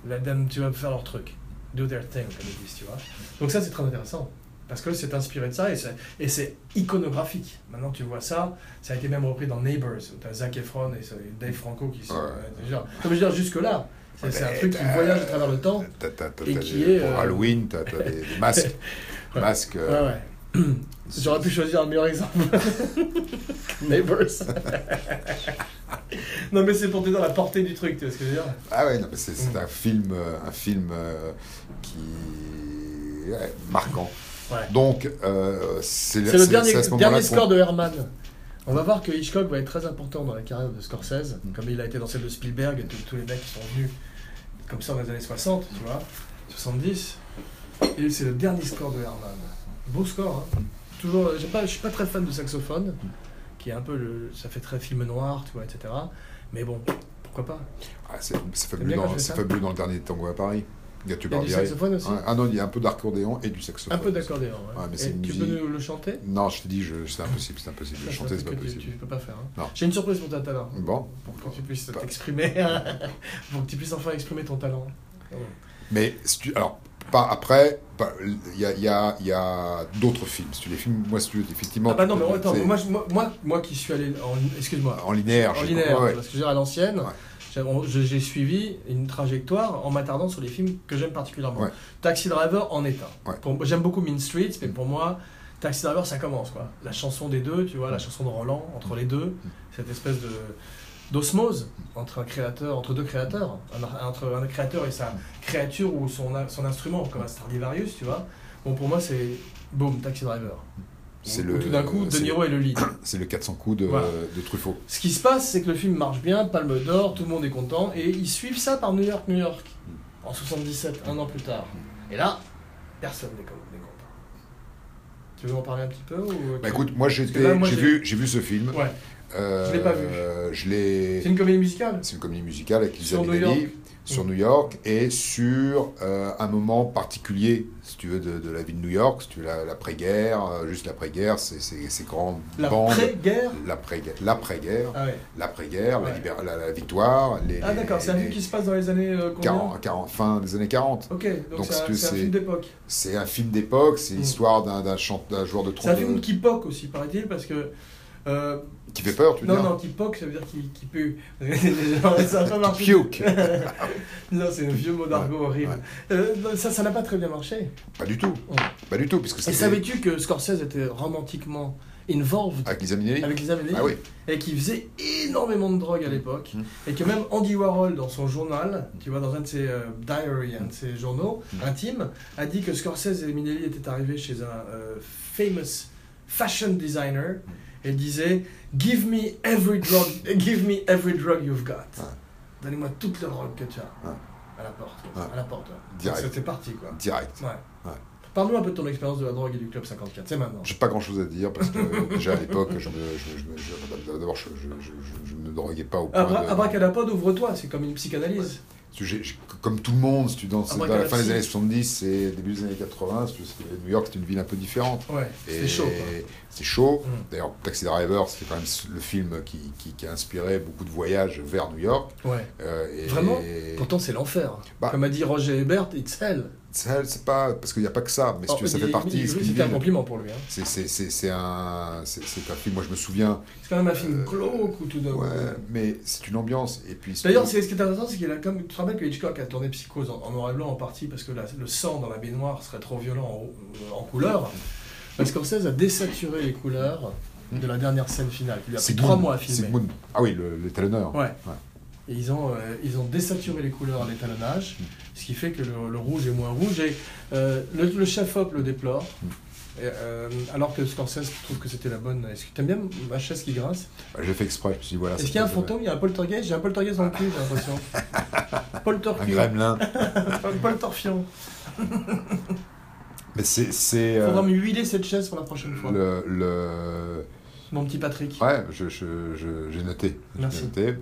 La dame, tu vas faire leur truc. Do their thing, comme ils disent, tu vois. Donc ça, c'est très intéressant. Parce que c'est inspiré de ça et c'est- et c'est iconographique. Maintenant, tu vois ça, ça a été même repris dans Neighbors. où T'as Zac Efron et ce- et Dave Franco qui sont. Ouais. euh, genre- non, mais je veux dire, jusque-là, c'est Ouais, c'est un mais truc qui t'as- voyage à travers le temps. T'as- t'as- t'as- Et t'as qui des- est, pour euh, Halloween, t'as t'as des, des masques. Ouais. masques Ouais, euh, ouais. J'aurais pu choisir un meilleur exemple. Neighbors. non, mais c'est pour te dire la portée du truc, tu vois ce que je veux dire Ah ouais, non, mais c'est c'est Mm. un film, euh, un film euh, qui ouais, marquant. Ouais. Donc, euh, c'est C'est le c'est- dernier, c'est à ce dernier moment-là qu'on- score de Herman. On va voir que Hitchcock va être très important dans la carrière de Scorsese, Mm. comme il a été dans celle de Spielberg et tous- tous les mecs qui sont venus comme ça dans les années 60, tu vois, 70. Et c'est le dernier score de Herman. Beau score, hein. Mm. Toujours, j'ai pas- je suis pas très fan de saxophone, qui est un peu le. Ça fait très film noir, tu vois, etc. Mais bon, pourquoi pas Ah, c'est c'est bien fabuleux, quand dans, je fais c'est ça fabuleux dans le dernier tango à Paris. Il Il y a y a Tubar du saxophone aussi Ah non, il y a un peu d'accordéon et du saxophone. Un peu d'accordéon. ouais. Ouais, mais Et c'est une tu peux musique- nous le chanter Non, je te dis, je- c'est impossible, c'est impossible. Ça, c'est Chanter, un c'est truc pas que tu- possible. Tu peux pas faire. hein. Non. J'ai une surprise pour ta talent, Bon, pour que tu puisses Pas- t'exprimer, pour que tu puisses enfin exprimer ton talent. mais si tu- alors, pas après, pas- il y a, il y a- il y a d'autres films. Si tu les films, moi, si tu veux, effectivement. Ah bah tu non, mais peux- attends, c'est moi, je- moi, moi, moi qui suis allé en. Excuse-moi. En linéaire, en je sais linéaire, pas, ouais. parce que je veux dire, à l'ancienne, Ouais. j'ai- on- je- j'ai suivi une trajectoire en m'attardant sur les films que j'aime particulièrement. Ouais. Taxi Driver en état. Ouais. Mm. Pour- J'aime beaucoup Mean Streets, mais pour moi, Taxi Driver, ça commence. quoi. La chanson des deux, tu vois, Mm. la chanson de Roland, entre les deux, cette espèce de d'osmose entre un créateur, entre deux créateurs, un ar- entre un créateur et sa créature ou son, a- son instrument, comme un Stardivarius, tu vois. Bon, pour moi, c'est boom, Taxi Driver. C'est Où- le- où tout d'un coup, De c'est le- Niro est le lead. C'est le 400 coups de, Voilà. de Truffaut. Ce qui se passe, c'est que le film marche bien, Palme d'Or, tout le monde est content, et ils suivent ça par New York, New York, en 77, un an plus tard. Et là, personne n'est con- n'est content. Tu veux en parler un petit peu ou... euh, Bah écoute, moi j'ai que là, moi, j'ai j'ai- vu, j'ai vu ce film. Ouais. Euh, Je l'ai pas vu. Je C'est l'ai. une comédie musicale C'est une comédie musicale avec Lisa Sur New Minnelli, York. Mm. sur New York et sur euh, un moment particulier, si tu veux, de, de la vie de New York, si tu veux, la- l'après-guerre, euh, juste l'après-guerre, c'est- c'est- ces grandes La bandes. pré-guerre L'après-guerre, l'après-guerre, Ah ouais. l'après-guerre, la Ouais. libér- la, la victoire, les, Ah les- d'accord, c'est un les film qui se passe dans les années euh, combien 40, 40, fin des années 40. Ok, donc Donc, c'est si un, tu c'est un sais- film d'époque. C'est un film d'époque, c'est Mm. l'histoire d'un- d'un chante- d'un joueur de C'est un trompette film qui poque aussi, paraît-il, parce que... euh, qui fait peur, tu veux non, dire non, qui poque, ça veut dire qui, qui pue. ça a pas marché. Puke. Non, c'est un vieux mot d'argot horrible. Euh, non, ça, ça n'a pas très bien marché. Pas du tout, Ouais. pas du tout, puisque Mm. Et c'était savais-tu que Scorsese était romantiquement involved avec Lisa Minnelli. avec les Minnelli Ah oui, et qu'il faisait énormément de drogue à l'époque Mm. et que même Andy Warhol dans son journal, tu vois, dans un de ses euh, diary, un de ses journaux Mm. intimes, a dit que Scorsese et Minnelli étaient arrivés chez un euh, famous fashion designer Mm. et il disait Give me every drug, give me every drug you've got. Ouais. Donnez-moi toute la drogue que tu as. Ouais. À la porte, Ouais. à la porte. ouais. Ah. Direct. C'était parti quoi. direct. Ouais. Ouais. Parle-nous un peu de ton expérience de la drogue et du Club 54, c'est maintenant. J'ai pas grand chose à dire parce que euh, déjà à l'époque, je me, je, je- je- d'abord, je, je, je, je- je ne droguais pas au point Abra- de- Abracadapod, ouvre-toi, c'est comme une psychanalyse. Parce que j'ai- j'ai- Comme tout le monde, si tu danses dans la fin Abracadabra. des années 70 et début des années 80, si tu veux, c'est- New York c'est une ville un peu différente. Ouais, c'était Et chaud. quoi. C'était chaud. Mm. D'ailleurs, Taxi Driver, c'est quand même le film qui, qui, qui a inspiré beaucoup de voyages vers New York. Ouais. Euh, et- Vraiment et- Pourtant, c'est l'enfer. Bah. Comme a dit Roger Ebert, it's hell. ça, c'est pas parce qu'il n'y a pas que ça, mais si tu veux, Oh, ça il- fait il- partie. il- c'est une C'était un ville. compliment pour lui. hein. C'est- c'est- c'est- c'est un, c'est- c'est un film. Moi, je me souviens. C'est quand même un film Euh, glauque ou tout d'un coup. Ouais, mais c'est une ambiance. Et puis. c'est- D'ailleurs, c'est- ce qui est intéressant, c'est qu'il a comme. Tu te rappelles que Hitchcock a tourné Psychose en, en noir et blanc en partie parce que la- le sang dans la baignoire serait trop violent en, en couleur. Mais Scorsese a désaturé les couleurs de la dernière scène finale. Il lui a pris C'est trois Moon. mois à C'est filmer. Moon. Ah oui, le- l'étalonneur. Ouais. Et ils ont, euh, ils ont désaturé les couleurs à l'étalonnage, Mm. ce qui fait que le, le rouge est moins rouge. Et euh, le, le chef-op le déplore, Mm. et, euh, alors que Scorsese trouve que c'était la bonne. Est-ce que t'aimes bien ma chaise qui grince Bah, J'ai fait exprès. Je me suis dit, voilà. Est-ce ça qu'il y a un peut- fantôme Il y a un poltergeist J'ai un poltergeist dans le cul, j'ai l'impression. Un Euh, Poltergeist. gremlin. Polterfion. Mais c'est. c'est, euh, Faudra me huiler cette chaise pour la prochaine fois. le, le- Mon petit Patrick. Ouais, je- je- je- j'ai noté. J'ai Merci. noté.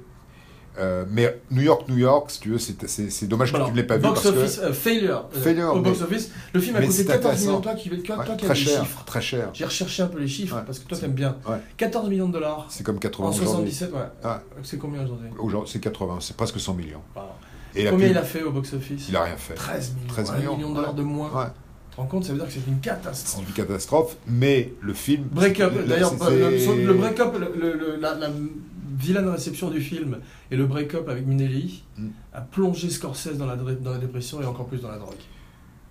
Euh, mais New York, New York, si tu veux, c'est c'est- c'est dommage que Alors, tu ne l'aies pas vu box parce que. office, euh, failure. euh, Failure, au mais- box office. Le film a mais coûté c'est 14 millions. intéressant. Toi qui, toi, Ouais, toi qui as très des cher, chiffres. très cher. J'ai recherché un peu les chiffres Ouais, parce que toi c'est- t'aimes bien. ouais. 14 millions de dollars. C'est comme En 80 aujourd'hui. 77, ouais. Ah. C'est combien aujourd'hui Aujourd'hui, c'est 80, c'est presque 100 millions. Et la Combien pub, il a fait au box-office il a rien fait. 13 millions. 13 un millions, million de dollars de moins. Ouais, Tu te rends compte Ça veut dire que c'est une c'est catastrophe. une catastrophe, mais le film. Break-up, c'est- d'ailleurs, c'est- le, le break-up, le- le- le- la, la vilaine réception du film et le break-up avec Minelli Mm. a plongé Scorsese dans la, dr- dans la dépression et encore plus dans la drogue.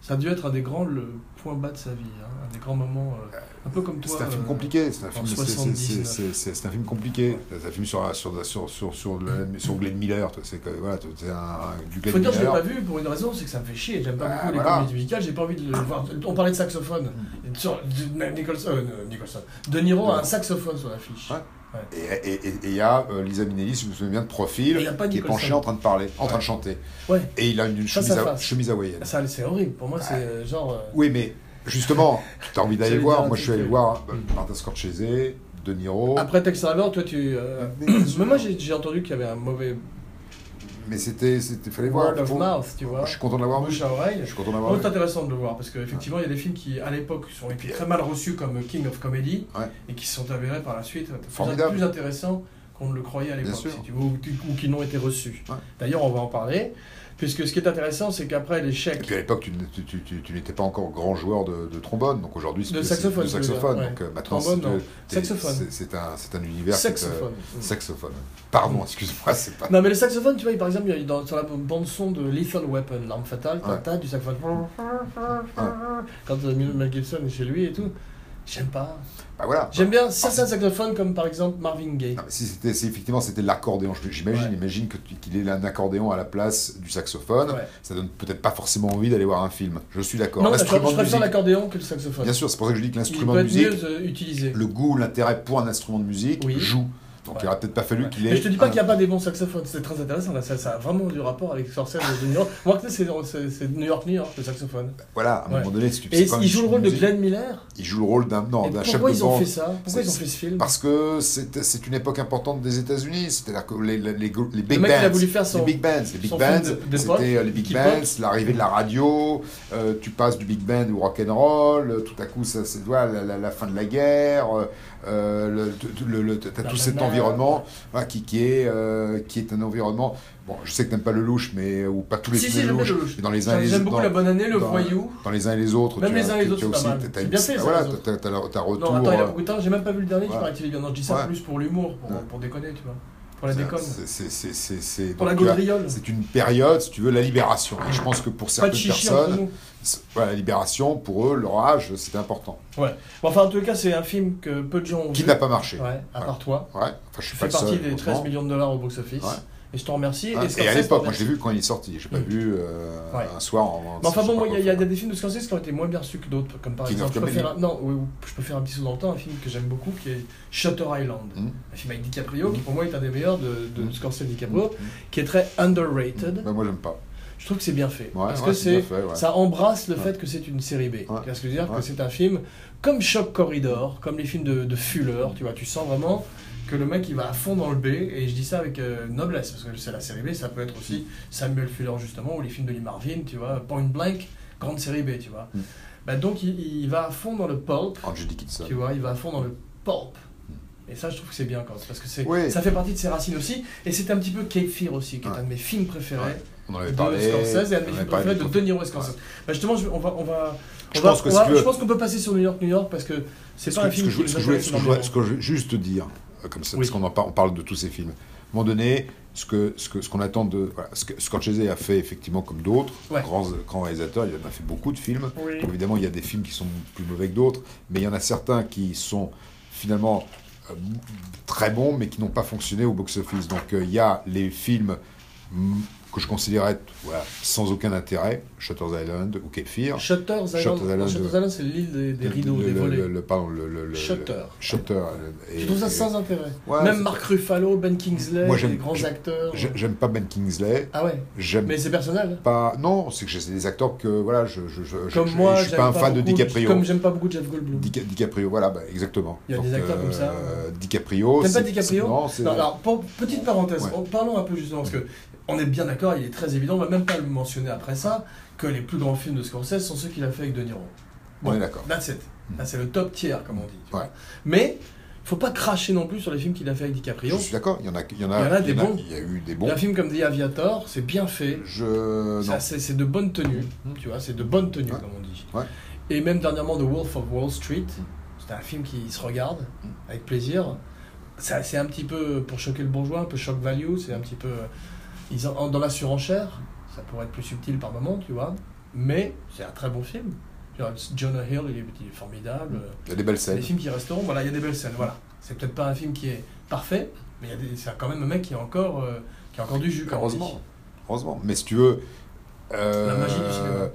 Ça a dû être un des grands le point bas de sa vie, hein, un des grands moments, euh, un peu comme toi. C'est un film euh, compliqué, c'est un, film- c'est- c'est- 79. c'est- c'est- c'est un film compliqué. C'est un film sur, sur, sur, sur, sur, le- sur Glenn Miller. toi, C'est que, voilà, toi, c'est un, du Glenn Faut dire que je l'ai Miller. pas vu pour une raison, c'est que ça me fait chier. J'aime pas Ah, beaucoup les voilà. Ah. Mm. comédies musicales, j'ai pas envie de le voir. On parlait de saxophone. Sur- de- Nicholson, euh, Nicholson. De Niro a un saxophone sur l'affiche. Ouais. Un Et et- et- et il y a euh, Lisa Minnelli, si je me souviens bien, de profil, Et il y a pas qui est Nicholson. penchée en train de parler, en train de chanter. Ouais. Et il a une, une Ça, chemise, ça ha- passe. chemise hawaïenne. Ça, c'est horrible. Pour moi, c'est euh, genre. euh, Oui, mais justement, tu as envie d'aller J'allais voir. dire un Moi, je suis truc, allé euh, voir euh, Martin Scorsese, De Niro. Après Tex Avenger, toi, tu. euh, Mais- Mais moi, j'ai j'ai entendu qu'il y avait un mauvais Mais c'était, c'était, fallait voir. word of Faut- mouth, tu vois. Je suis content de l'avoir vu. Bouche à oreille. Je suis content de l'avoir Donc, vu. C'est intéressant de le voir parce qu'effectivement, il y a des films qui, à l'époque, sont été très mal reçus comme King of Comedy Ouais. et qui se sont avérés par la suite plus- Formidable. plus intéressants qu'on ne le croyait à l'époque, sûr. si tu veux, ou, qui- ou qui n'ont été reçus. Ouais. D'ailleurs, on va en parler, puisque ce qui est intéressant, c'est qu'après Et l'échec puis à l'époque, tu, n- tu- tu- tu- tu n'étais pas encore grand joueur de, de trombone, donc aujourd'hui c'est De c'est- saxophone, de je veux saxophone. dire, ouais. Donc euh, maintenant Trombone, c'est de- non. t'es- Saxophone. c'est- C'est un, c'est un univers. qui te- saxophone. Mm. saxophone. Pardon, excuse-moi, c'est pas. Non, mais le saxophone, tu vois, par exemple, il y a dans, sur la bande-son de Lethal Weapon, l'arme fatale, t'as Ouais. t'as du saxophone. Quand euh, Mel Gibson est chez lui et tout, j'aime pas. Bah voilà. J'aime bien certains saxophones, comme par exemple Marvin Gaye. Non, mais si c'était, si effectivement c'était l'accordéon, je- j'imagine, Ouais. imagine que tu- qu'il ait un accordéon à la place du saxophone, Ouais. ça donne peut-être pas forcément envie d'aller voir un film. Je suis d'accord. Non, je L'instrument de préfère musique, l'accordéon que le saxophone. bien sûr, c'est pour ça que je dis que Il l'instrument peut de être musique, mieux euh, utilisé. le goût, l'intérêt pour un instrument de musique Oui. joue. Donc Ouais. il aurait peut-être pas fallu Ouais. qu'il ait. Mais je te dis pas un- qu'il n'y a pas des bons saxophones, c'est très intéressant là, ça, ça a vraiment du rapport avec Sorcel de New York. Moi, tu sais, c'est- c'est c'est New York, New York, le saxophone. Voilà, à un Ouais. moment donné, c'est Et c'est quand il même joue le une rôle de musique. Glenn Miller. Il joue le rôle d'un non, Et d'un chef pourquoi de ils ont banque. fait ça Pourquoi C'est- ils ont fait ce film Parce que c'est c'est une époque importante des États-Unis. C'est-à-dire que les, les, les, gros- les big Le mec, il a bands. voulu faire les son. big bands, les big son bands, film de- d'époque, c'était euh, les big qui bands, pop. l'arrivée de la radio, euh, tu passes du big band au rock and roll, euh, tout à coup ça c'est voilà, la, la- la fin de la guerre, euh, euh, le, tout- le, le- t'as La tout cet nana. environnement voilà, qui, qui est euh, qui est un environnement. Bon, je sais que t'aimes pas le louche, mais ou pas tous les Si, films si, de j'aime bien louche, le louche. mais dans les uns et les J'aime autres- beaucoup dans- La Bonne Année, Le dans- Voyou. dans les uns et les autres, Même tu les as- uns et les tu- autres, tu as c'est pas aussi- mal. t'as- C'est bien t'as- fait, ça, voilà, les autres. t'as- t'as t'as- t'as retour. Non, attends, il a euh, beaucoup de temps, j'ai même pas vu le dernier, voilà. je parie qu'il est bien. Non, je dis ça Ouais. plus pour l'humour, pour, Ouais. pour déconner, tu vois. Pour la déconne. c'est- c'est- c'est- c'est- c'est- Pour la donc, tu as- gaudriole. C'est une période, si tu veux, la libération. Et je pense que pour Pas certaines de chichi entre personnes, nous. c'est- voilà, la libération, pour eux, leur âge, c'est important. Bon, enfin, en tout cas, c'est un film que peu de gens ont Qui vu. n'a pas marché. Ouais. Ouais, à part toi. Enfin, je suis Tu pas fais le seul. partie des heureusement. 13 millions de dollars au box-office. Ouais. Et je te remercie. Hein, Scorsese, Et à je te l'époque, moi, remercie. je l'ai vu quand il est sorti. J'ai pas Mm. vu euh, Ouais. un soir. En, Mais enfin je sais bon, pas moi, il y a- quoi il y, a faire. des films de Scorsese qui ont été moins bien reçus que d'autres, comme par King of exemple, je peux, Comedy. faire un, non, oui, ou je peux faire un petit saut dans le temps, un film que j'aime beaucoup qui est Shutter Island, Mm. un film avec DiCaprio Hmm. qui pour moi est un des meilleurs de, de Mm. Scorsese et DiCaprio, Mm. qui est très underrated. Ben, moi, j'aime pas. Ouais, Je trouve que c'est bien fait parce ouais, que bien c'est fait, ouais. ça embrasse le Ouais. fait que c'est une série B. Tu vois ce que je veux dire Ouais. que c'est un film comme Shock Corridor, comme les films de, de Fuller, tu vois, tu sens vraiment que le mec il va à fond dans le B et je dis ça avec euh, noblesse parce que c'est la série B, ça peut être aussi Samuel Fuller justement ou les films de Lee Marvin, tu vois, Point Blank, grande série B, tu vois. Mm. Bah donc il, il va à fond dans le pulp, Angie Dickinson. tu vois, il va à fond dans le pulp. Et ça, je trouve que c'est bien quand même, parce que c'est Mm. Oui. ça fait partie de ses racines aussi. Et c'est un petit peu Cape Fear aussi, qui est Ouais. un de mes films préférés Ouais. On en avait de parlé. Scorsese et un de on mes avait films parlé préférés de du- De Niro et Scorsese. Bah justement, je- on va, on va, Je on va- pense que on si va- tu veux- je pense qu'on peut passer sur New York, New York parce que c'est Ce pas que- un film ce que je- qui ce nous que je voulais- intéresse ce que je voulais- énormément. ce que je voulais juste te dire, euh, comme ça, Oui. parce qu'on en parle, on parle de tous ces films. À un moment donné, ce que ce que ce qu'on attend de voilà, ce que Scorsese a fait effectivement comme d'autres Ouais. grands grands réalisateurs, il en a fait beaucoup de films. Oui. Donc, évidemment, il y a des films qui sont plus mauvais que d'autres, mais il y en a certains qui sont finalement euh, très bons, mais qui n'ont pas fonctionné au box-office. Donc euh, il y a les films mm, que je considérais être, voilà, sans aucun intérêt, Shutter Island ou Cape Fear. Shutter Island, Ah. Shutter Island, non, Shutter ouais. Island, c'est l'île des, des Le- rideaux, le- des le- le- volets. le- pardon, le- le- le- Shutter. Shutter. euh, Et- Je trouve ça et- sans intérêt. Ouais, Même c'est- Mark Ruffalo, Ben Kingsley, Moi, j'aime- les grands j'aime- acteurs. J'ai- J'aime pas Ben Kingsley. Ah ouais, J'aime mais c'est personnel. pas. Non, c'est que j'ai- c'est des acteurs que voilà, je je je, je- Comme je- moi, je suis pas un j'aime fan de beaucoup- DiCaprio. Comme j'aime pas beaucoup Jeff Goldblum. Dica- DiCaprio, voilà, bah, exactement. Il y a des acteurs comme ça, euh. DiCaprio. T'aimes pas c'est- DiCaprio c'est- Non, c'est. Non, alors, pour- petite parenthèse, Ouais. en- parlons un peu justement, parce que on est bien d'accord, il est très évident, on va même pas le mentionner après ça, que les plus grands films de Scorsese sont ceux qu'il a fait avec De Niro. On est d'accord. That's it. Là, c'est le top tiers, comme on dit. tu Hmm. Ouais. vois. Mais, faut pas cracher non plus sur les films qu'il a fait avec Je DiCaprio. suis d'accord. Il y en a, il y en Il y en a a, des bons. Il y a eu Il y des a bons. un film comme The Aviator, c'est bien fait. Ça, Je Euh, non. C'est c'est de bonnes tenues, hein, tu vois, c'est de bonnes tenues, Ouais. comme on dit. Ouais. Et même dernièrement, The Wolf of Wall Street, c'est un film qui se regarde Mm. avec plaisir. Ça, C'est un petit peu pour choquer le bourgeois, un peu shock value, c'est un petit peu. euh, Ils en, en- dans la surenchère, ça pourrait être plus subtil par moment, tu vois, mais c'est un très bon film. Tu vois, Jonah Hill, il est, il est formidable. Il y a des belles Il y a scènes. des films qui resteront, voilà, il y a des belles scènes, voilà. C'est peut-être pas un film qui est parfait, mais il y a des- c'est quand même un mec qui a encore, euh, qui a encore du jus, comme on dit. Heureusement. Heureusement. Mais si tu veux. euh, La magie du cinéma.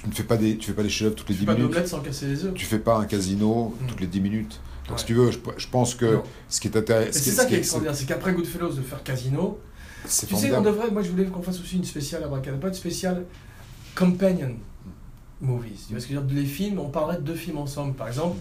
Tu ne fais pas des, tu fais pas des chefs-d'œuvre toutes les Tu fais 10 pas minutes. d'omelette sans casser les œufs. Tu fais pas un casino Mm. toutes les 10 minutes. Donc, si tu veux, je, je pense que Non. ce qui est intéressant. Et c'est ça qui est extraordinaire, c'est qu'après Goodfellas de faire Casino, C'est tu sais, on formidable. devrait, moi je voulais qu'on fasse aussi une spéciale Abracadabra, une spéciale Companion Movies. Tu vois ce que je veux dire Les films, on parlerait de deux films ensemble, par exemple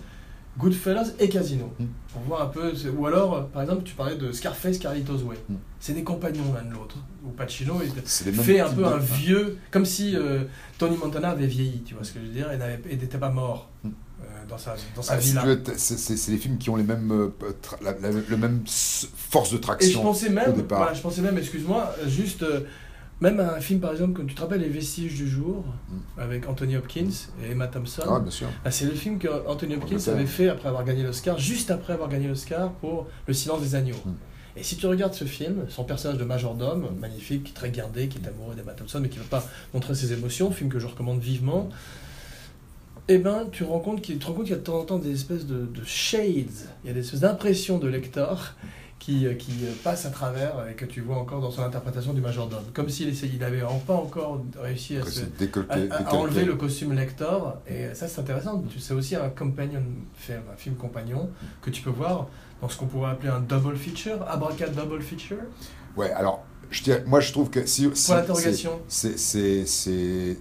Goodfellas et Casino. Mm. Pour voir un peu, c'est- ou alors, euh, par exemple, tu parlais de Scarface, Carlitos Way. Mm. C'est des compagnons l'un de l'autre. Ou Pacino est- C'est les mêmes fait un types peu de- Ah, un vieux, comme si euh, Tony Montana avait vieilli, tu vois ce que je veux dire, et n'avait- et n'était pas mort Mm. euh, dans sa, dans sa Ah, si villa. tu veux, t- c'est- c'est c'est les films qui ont les mêmes, euh, tra- la, la- le même s- force de Et je traction. pensais au même, départ. voilà, je pensais même, excuse-moi, euh, juste, euh, même un film par exemple, comme tu te rappelles Les Vestiges du Jour, avec Anthony Hopkins et Emma Thompson. Mm. Ah, bien sûr. Ah, c'est le film que Anthony Hopkins Angleterre. avait fait après avoir gagné l'Oscar, juste après avoir gagné l'Oscar pour Le Silence des Agneaux. Mm. Et si tu regardes ce film, son personnage de majordome, magnifique, très gardé, qui est amoureux d'Emma Thompson, mais qui ne veut pas montrer ses émotions, film que je recommande vivement, eh ben, tu, rends compte qu'il, tu te rends compte qu'il y a de temps en temps des espèces de, de shades, il y a des espèces d'impressions de lecteur qui, euh, qui euh, passent à travers et que tu vois encore dans son interprétation du majordome. Comme s'il essayait, il n'avait pas encore réussi à Après, se, c'est décolleté. à, à- à décalqué. enlever le costume lector et ça c'est intéressant Tu- c'est aussi un companion film un film compagnon que tu peux voir dans ce qu'on pourrait appeler un double feature abracad double feature Ouais, alors, je dirais- moi, je trouve que si. si point d'interrogation c'est- c'est- C'est c'est-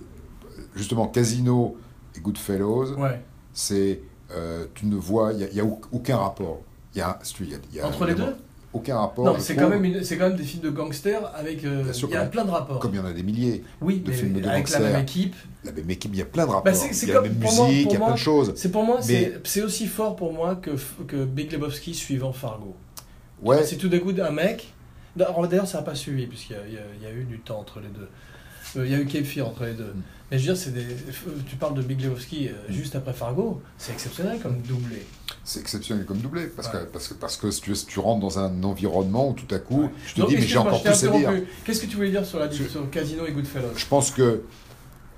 justement Casino et Goodfellows. ouais C'est. euh, tu ne vois. Il n'y a, il y a au- aucun rapport. Il y a, si tu veux, il y a- il y a entre les vraiment deux Aucun rapport. non je mais c'est trouve, quand même une- c'est quand même des films de gangsters avec euh, Bien sûr, il y a comme- plein de rapports Comme il y en a des milliers. oui de mais films de avec la gangsters. même équipe La même équipe, il y a plein de rapports. Bah, c'est- c'est il y a la comme- même pour moi- musique, pour il y a plein moi, de choses. c'est pour moi Mais- c'est c'est aussi fort pour moi que que Big Lebowski suivant Fargo Ouais, C'est tout d'un coup d'un mec. D'ailleurs, d'ailleurs, ça n'a pas suivi, puisqu'il y, a- il y a- il y a eu du temps entre les deux. Euh, Il y a eu Cape Fear entre les deux. Mm. Mais je veux dire, c'est des... tu parles de Big Lebowski euh, juste après Fargo, c'est exceptionnel comme doublé. c'est exceptionnel comme doublé. Parce, Ouais. que, parce, que, parce que si tu, veux, si tu rentres dans un environnement où tout à coup, Ouais. je te Donc, dis, mais j'ai excuse-moi, encore je t'ai plus à dire. interrompu. Qu'est-ce que tu voulais dire sur, la... Je- sur Casino et Goodfellas Je pense que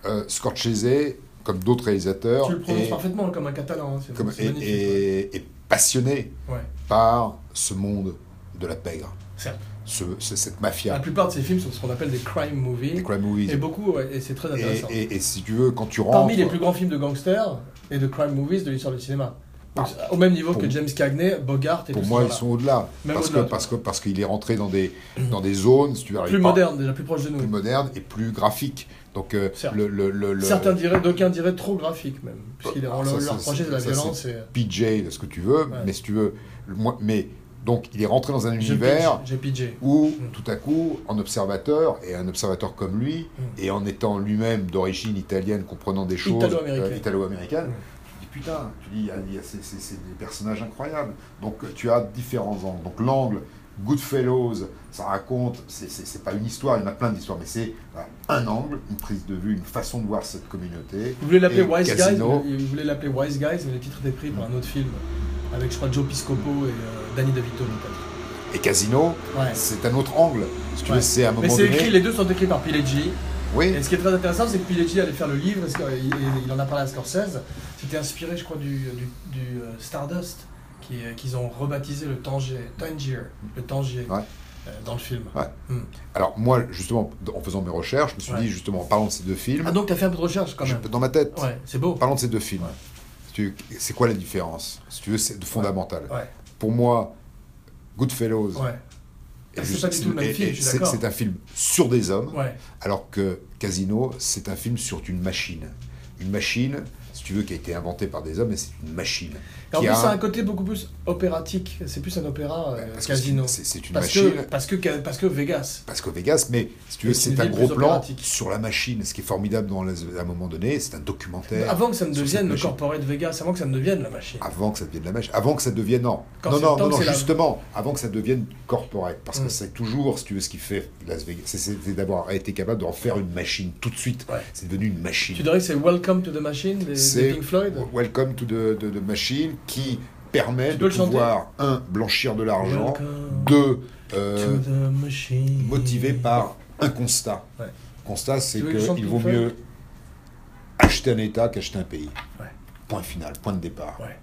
euh, Scorsese, comme d'autres réalisateurs, Tu le prononces est- parfaitement comme un catalan, hein, c'est comme- c'est est, magnifique. est- est passionné Ouais. par ce monde de la pègre, Certes. ce, ce- cette La mafia, plupart de ces films sont ce qu'on appelle des crime les movies, crime Ah, et movies. beaucoup, ouais, et c'est très Et, intéressant. et- et si tu veux, quand tu rentres, Parmi les plus grands films de gangsters et de crime movies de l'histoire du cinéma. Donc, au même niveau Ah. Pour- que James Cagney, Bogart et pour tout moi, ce ils genre-là. sont au-delà. Même Parce, au-delà, que, tu parce, que, parce qu'il est rentré dans des, dans des zones, si tu veux, plus par- moderne, déjà plus proche de nous. plus moderne et plus graphique. Donc, euh, Certes. le, le, le, le- Certains diraient, d'aucuns diraient trop graphique même, puisqu'il est Alors, on ça, leur- ça, leur reprochait de la ça, violence. Et... euh, PJ, ce que tu veux, Ouais. mais si tu veux, le- moi, mais donc il est rentré dans un J'ai univers pitch, J'ai pidgé. où Mm. tout à coup, en observateur et un observateur comme lui, Mm. et en étant lui-même d'origine italienne, comprenant des choses Italo-américaine. euh, italo-américaines, Mm. tu dis putain, tu dis il y a- il y a- c'est- c'est c'est des personnages incroyables. Donc tu as différents angles. Donc l'angle Goodfellows, ça raconte, c'est- c'est c'est pas une histoire, il y en a plein d'histoires, mais c'est voilà, un angle, une prise de vue, une façon de voir cette communauté. Vous voulez l'appeler Et Wise Casino. Guys mais- Vous voulez l'appeler Wise Guys, mais le titre était pris par un autre film avec, je crois, Joe Piscopo et euh, Danny DeVito peut-être. Et Casino, Ouais. c'est un autre angle. Si tu Ouais. veux, c'est à un Mais moment c'est donné. écrit, les deux sont écrits par Pileggi. Oui, Et ce qui est très intéressant, c'est que Pileggi allait faire le livre, et ce que- et- et il en a parlé à Scorsese. C'était inspiré, je crois, du, du, du, euh, Stardust, qui, euh, qu'ils ont rebaptisé le Tangier, Tangier, le Tangier, Ouais. euh, dans le film. Hmm. alors moi, justement, en faisant mes recherches, je me suis Ouais. dit, justement, en parlant de ces deux films, Ah, donc t'as fait un peu de recherche quand je- même. dans ma tête, Ouais, c'est beau. parlant de ces deux films, Ouais. si tu- c'est quoi la différence Si tu veux, c'est de fondamental. Ouais, Pour moi, Goodfellows, ouais, est C'est juste- pas du tout le même est- film, est- je suis c'est d'accord. c'est un film sur des hommes, ouais. alors que Casino, c'est un film sur une machine. Une machine, si tu veux, qui a été inventée par des hommes, mais c'est une machine. Et en qui plus, a ça a un- un côté beaucoup plus opératique. C'est plus un opéra euh, parce que c'est- casino. C'est c'est une Parce machine. que, parce, que, ca- parce que Vegas. parce qu'au Vegas, mais si tu veux, Et c'est une c'est un ville gros plus plan opératique. sur la machine. Ce qui est formidable dans les- à un moment donné, c'est un documentaire. Avant que ça ne sur cette devienne le machine. Ah, corporate Vegas, avant que ça ne devienne la machine. Avant que ça devienne la machine, avant que ça devienne non, Quand non, c'est- non, tant non, que non, c'est la- justement, avant que ça devienne corporate, parce Mm. que c'est toujours, si tu veux, ce qui fait Las Vegas, c'est- c'est d'avoir été capable d'en faire une machine tout de suite. Ouais. C'est devenu une machine. Tu dirais que c'est Welcome to the Machine des, C'est- oh, des Pink Floyd Welcome to the, the- the machine qui permet Tu de peux le chanter pouvoir un blanchir de l'argent, Welcome deux euh, to the Machine. motivé par un constat. Ouais. Constat, c'est Tu veux que je chante qu'il vaut Pink Floyd mieux acheter un État qu'acheter un pays. Ouais. Point final, point de départ. Ouais.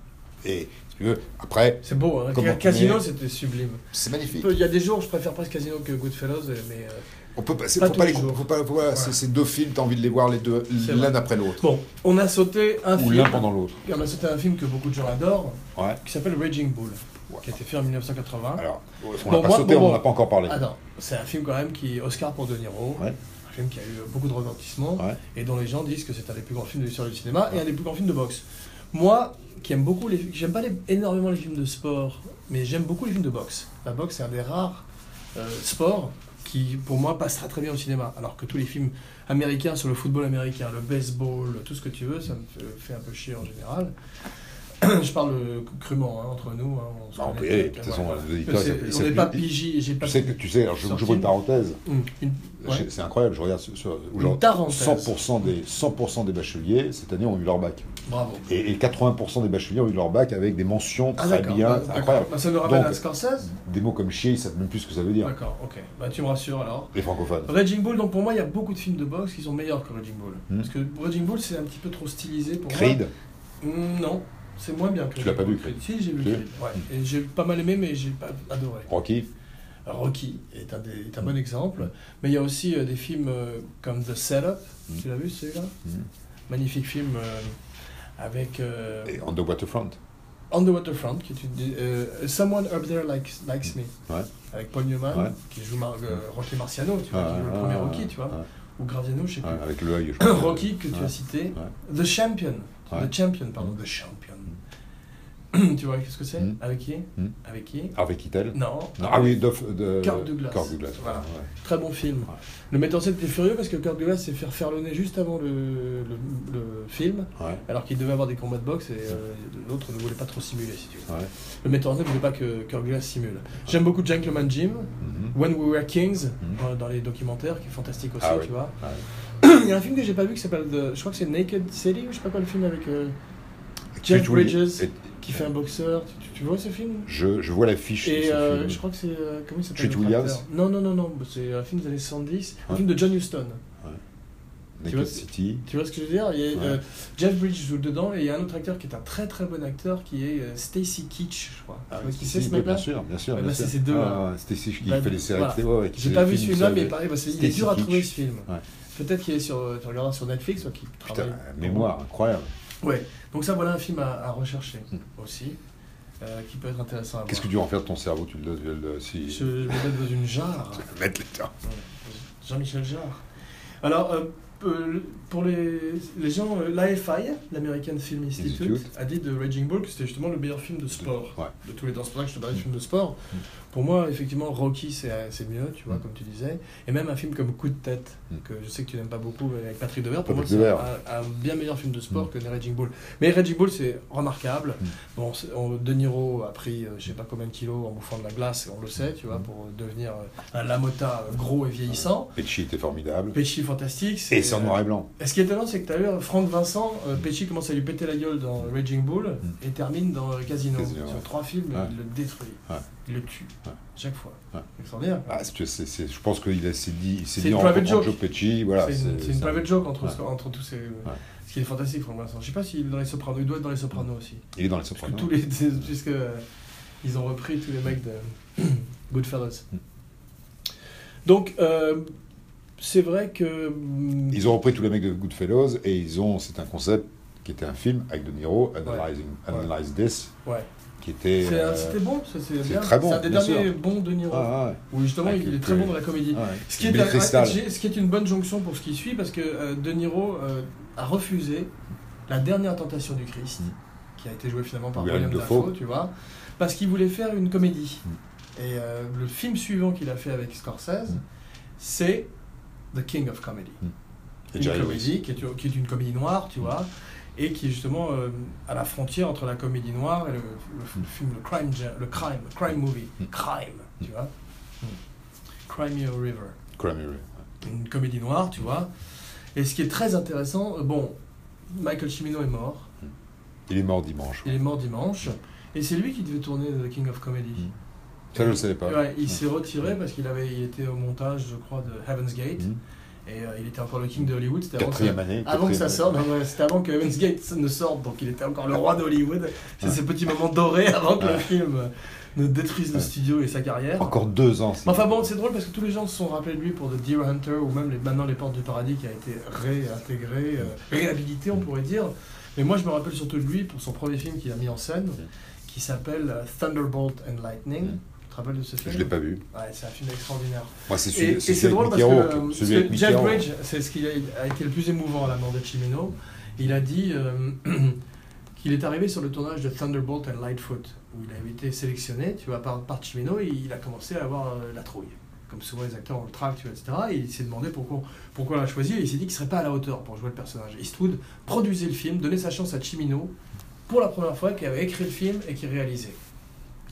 Et si tu veux, après, C'est beau, hein. Comment Casino, on est- c'était sublime. c'est magnifique. Il y a des jours, je préfère presque Casino que Goodfellas, mais euh, On peut passer, Pas faut tous pas les les couper, jours. faut pas- faut pas- Ouais. c'est- Ces deux films, t'as envie de les voir les deux C'est l'un vrai. après l'autre. Bon, on a sauté un Ou film. l'un pendant l'autre. On a sauté un film que beaucoup de gens adorent, Ouais. qui s'appelle Raging Bull, Ouais. qui a été fait en 1980. Alors, on Bon, l'a pas moi- sauté, bon, on bon. n'en a pas encore parlé. Ah non, c'est un film quand même qui Oscar pour De Niro. Ouais. Un film qui a eu beaucoup de retentissement Ouais. et dont les gens disent que c'est un des plus grands films de l'histoire du cinéma et un des plus grands films de boxe. Moi, qui aime beaucoup les, j'aime pas les- énormément les films de sport, mais j'aime beaucoup les films de boxe. La boxe, c'est un des rares euh, sports qui, pour moi, passera très bien au cinéma. Alors que tous les films américains sur le football américain, le baseball, tout ce que tu veux, ça me fait- fait un peu chier en général. Je parle euh, crûment hein, entre nous. hein, on se Bah, on connaît, peut y aller, euh, de toute voilà. façon, les C'est- auditeurs, ils- ils On savent n'est pas plus- PJ, j'ai pas Tu sais que tu sais, alors, je Sorti. j'ouvre une parenthèse. Hum, une- ouais. C'est- C'est incroyable, je regarde sur, sur- aujourd'hui, parenthèse. 100% des 100% des bacheliers cette année ont eu leur bac Bravo. et, et 80% des bacheliers ont eu leur bac avec des mentions Ah, très d'accord, bien, bah, c'est d'accord. incroyable. Bah, ça nous ramène Donc, à Scorsese Des mots comme chier, ils savent même plus ce que ça veut dire. D'accord, ok. Bah, tu me rassures alors. Les francophones. Raging Bull, donc pour moi, il y a beaucoup de films de boxe qui sont meilleurs que Raging Bull. Hmm. Parce que Raging Bull, c'est un petit peu trop stylisé pour moi. Creed, Hmm, Non, c'est moins bien que Tu l'as pas Raging vu, Bull. Si, j'ai vu Tu l'as Hmm. Creed. Ouais. Et j'ai pas mal aimé, mais j'ai pas adoré. Rocky, Rocky est un, des- est un bon exemple. Mais il y a aussi euh, des films euh, comme The Setup. Hmm. Tu l'as vu celui-là Hmm. Magnifique film euh, avec. euh, et On the Waterfront. On the Waterfront, qui est une, euh, Someone Up There Likes, Likes Me, Ouais. avec Paul Newman, Ouais. qui joue Mar- euh, Rocky Marciano, tu vois, qui joue le Ah, premier Rocky, tu vois, ah, ou Graziano, je sais ah, avec l'œil, je plus. crois. Rocky que tu Ouais. as cité, The Champion, Ouais. The Champion, pardon, The Champion. tu vois, qu'est-ce que c'est Mm. Avec qui Mm. Avec qui Harvey Keitel. Non. Non, ah oui, Duff- de Kirk Douglas. Kirk Douglas, Voilà. ouais. Très bon film. Ouais. Le metteur en scène était furieux parce que Kirk Douglas s'est fait faire le nez juste avant le, le- le film, Ouais, alors qu'il devait avoir des combats de boxe et euh, l'autre ne voulait pas trop simuler, si tu veux. ouais. Le metteur en scène ne voulait pas que Kirk Douglas simule. J'aime beaucoup Gentleman Jim, Mhm. When We Were Kings, Mhm. dans, dans les documentaires, qui est fantastique aussi, Ah tu oui. vois. Ouais. Il y a un film que j'ai pas vu qui s'appelle, The- je crois que c'est Naked City, ou je sais pas quoi, le film avec euh, Jeff Actually, Bridges, et- qui fait un boxeur. Tu, tu- tu vois ce film je, je vois l'affiche de Et ce euh, film. je crois que c'est euh, comment il s'appelle Treat l'autre Williams acteur Non, non, non, non, c'est un film des années 70, un Ouais. film de John Huston. Naked vois, c'est- City. Tu vois ce que je veux dire Il y a, Ouais. euh, Jeff Bridges joue dedans et il y a un autre acteur qui est un très très bon acteur qui est euh, Stacy Keach, je crois. Tu vois ah, qui c'est ce Si, Ah oui, mec-là Bien sûr, bien sûr. Ouais, bien bah, c'est sûr. ces deux-là. Ah, ouais, C'était si qui Bah, fait les séries. voilà. ouais, ouais, qui J'ai fait pas les vu films, celui-là, ça, mais ouais. pareil, parce que il est Stacy dur à Keach. trouver ce film. Ouais. Peut-être qu'il est sur, euh, tu regarderas sur Netflix, toi qui Putain, travaille. mémoire, incroyable. Ouais, donc ça, voilà un film à, à rechercher Hmm. aussi, euh, qui peut être intéressant à voir. Qu'est-ce que tu vas en faire de ton cerveau Tu le donnes tu le donnes- si. Je vais mettre dans une jarre. Mettre les temps. Jean-Michel Jarre. Alors, euh, euh, pour les, les gens, euh, l'AFI, l'American Film Institute, Institute. a dit de Raging Bull que c'était justement le meilleur film de sport. Ouais. De tous les temps, c'est pour ça que je te parlais de Mm. films de sport. Mm. Pour moi, effectivement, Rocky, c'est euh, c'est mieux, tu vois, Mm. comme tu disais. Et même un film comme Coup de tête, Mm. que je sais que tu n'aimes pas beaucoup, mais avec Patrick Devers, pour Patrick moi, Devers. c'est un, un bien meilleur film de sport Mm. que Raging Bull. Mais Raging Bull, c'est remarquable. Mm. Bon, c'est- on- De Niro a pris, euh, je sais pas combien de kilos en bouffant de la glace, on le sait, tu vois, Mm. pour devenir euh, un Lamota euh, gros et vieillissant. Pecci était formidable. Pesci fantastique. Mm. Et c'est en euh, noir et blanc. Et Ce qui est étonnant, c'est que tu as eu Franck Vincent, euh, Pesci commence à lui péter la gueule dans Raging Bull et termine dans euh, Casino. Mm. Casino, Sur ouais. trois films, Ouais. il le détruit. Ouais. Il le tue. Ouais. Chaque fois. Ouais. Extraordinaire. Ah, c'est- c'est- c'est- je pense qu'il a- s'est dit, il s'est C'est dit une en private rencontrant joke. Joe Pecci, voilà. c'est une, c'est une private joke entre, Ouais. ce- entre tous ces. euh, Ce qui est fantastique, Franck Vincent. Je sais pas s'il est dans les Sopranos. Il doit être dans les Sopranos aussi. Il est dans les Parce que sopranos. tous les. Puisque. euh, Ils ont repris tous les mecs de Goodfellas. Mm. Donc, euh, c'est vrai que. mm, Ils ont repris tous les mecs de Goodfellows et ils ont, c'est un concept qui était un film avec De Niro, Analyzing, Ouais. Analyze This, Ouais. qui était. C'est- euh, C'était bon, ça, c'est bien. très bon, C'est un des bien derniers sûr. bons de Niro. ah, ouais, Oui, justement, Avec il le est très peu- bon dans la comédie. ouais. Ce qui, est Bill un- Crystal. un- ce qui est une bonne jonction pour ce qui suit, parce que euh, De Niro euh, a refusé la dernière tentation du Christ, Mm. qui a été jouée finalement par William William Dafoe. Dafoe, tu vois, parce qu'il voulait faire une comédie. Mm. Et euh, le film suivant qu'il a fait avec Scorsese, Mm. c'est The King of Comedy Et une Jerry Lewis. Mm. comédie qui est, qui est une comédie noire, tu vois, et qui est justement euh, à la frontière entre la comédie noire et le, le Mm. film, le crime, gen- le crime, le crime movie, Mm. crime, tu Mm. vois. Crime Your River, Cranberry. une comédie noire, tu vois. Et ce qui est très intéressant, euh, bon, Michael Cimino est mort, Il est mort dimanche. il est mort dimanche, et c'est lui qui devait tourner The King of Comedy. Mm. Ça, je ne le savais pas. Ouais, il Ouais. s'est retiré parce qu'il avait il était au montage, je crois, de Heaven's Gate. Mhm. Et euh, il était encore le king de Hollywood. C'était avant, que ça- Mm. Quatrième année. avant que quatrième ça année. sorte. non, ouais, C'était avant que Heaven's Gate ne sorte. Donc il était encore le roi d'Hollywood. C'est ces petits moments dorés avant que le film euh, ne détruise le Ouais. studio et sa carrière. Encore deux ans. Mais Enfin bon, c'est drôle parce que tous les gens se sont rappelés de lui pour The Deer Hunter ou même les, maintenant Les Portes du Paradis qui a été réintégré, euh, réhabilité on pourrait dire. Mais moi je me rappelle surtout de lui pour son premier film qu'il a mis en scène qui s'appelle euh, Thunderbolt and Lightning. Mm. Tu te rappelles de ce film Je l'ai pas vu. Ouais, c'est un film extraordinaire. Moi, c'est Et, et celui, c'est c'est celui drôle avec parce que, Mitterrand. celui euh, parce avec que Jeff Mitterrand. Bridge, c'est ce qui a, a été le plus émouvant à la mort de Chimino. Il a dit euh, qu'il est arrivé sur le tournage de Thunderbolt and Lightfoot, où il avait été sélectionné tu vois, par, par Chimino et il a commencé à avoir euh, la trouille. Comme souvent les acteurs ont le trac, tu vois, etc. Et il s'est demandé pourquoi, pourquoi on l'a choisi et il s'est dit qu'il serait pas à la hauteur pour jouer le personnage. Eastwood produisait le film, donnait sa chance à Chimino pour la première fois, qui avait écrit le film et qui réalisait.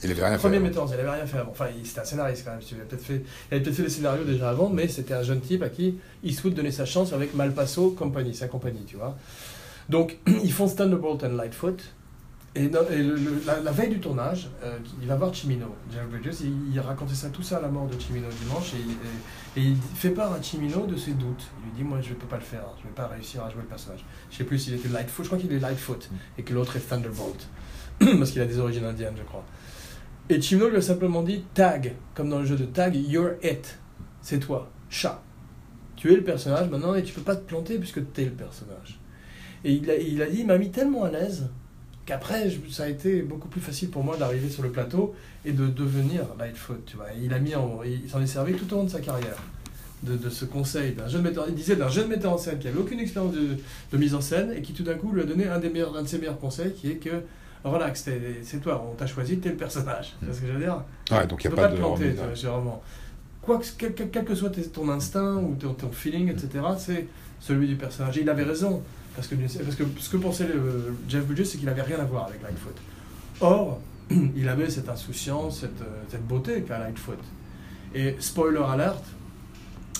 Il avait rien fait. Premier metteur, en scène, il avait rien fait avant. Enfin, il- c'était un scénariste quand même. si tu veux. Il avait peut-être fait, il avait peut-être fait des scénarios déjà avant, mais c'était un jeune type à qui Eastwood donnait sa chance avec Malpasso Company, sa compagnie, tu vois. Donc, ils font Thunderbolt and Lightfoot. Et, non- et le- le- la, la veille du tournage, euh, il va voir Chimino. Jeff Bridges, il, il racontait ça, tout ça à la mort de Chimino dimanche, et, il- et- et il fait part à Chimino de ses doutes. Il lui dit Moi, je ne peux pas le faire, hein. je ne vais pas réussir à jouer le personnage. Je sais plus s'il était Lightfoot, je crois qu'il est Hmm. Lightfoot, et que l'autre est Thunderbolt, parce qu'il a des origines indiennes, je crois. Et Chimino lui a simplement dit Tag, comme dans le jeu de tag, you're it. C'est toi, chat. Tu es le personnage maintenant et tu peux pas te planter puisque tu es le personnage. Et il a, il a dit Il m'a mis tellement à l'aise qu'après, je- ça a été beaucoup plus facile pour moi d'arriver sur le plateau et de devenir Lightfoot. Tu vois. Et Il a mis en- il s'en est servi tout au long de sa carrière. De, de ce conseil d'un jeune metteur, il disait d'un jeune metteur en scène qui avait aucune expérience de, de mise en scène et qui tout d'un coup lui a donné un des meilleurs, un de ses meilleurs conseils qui est que relax, t'es- c'est toi, on t'a choisi, t'es le personnage. C'est ce que je veux dire. Ouais, donc il Tu n'y peux a pas, pas te de. planter, tu vois, remise. hein. généralement. Quoi que, quel, quel- quel que soit tes- ton instinct ou ton, ton feeling, etc., c'est celui du personnage. Et il avait raison, parce que, parce que ce que pensait le- Jeff Bridges, c'est qu'il avait rien à voir avec Lightfoot. Or, il avait cette insouciance, cette, euh, cette beauté qu'a Lightfoot. Et spoiler alert,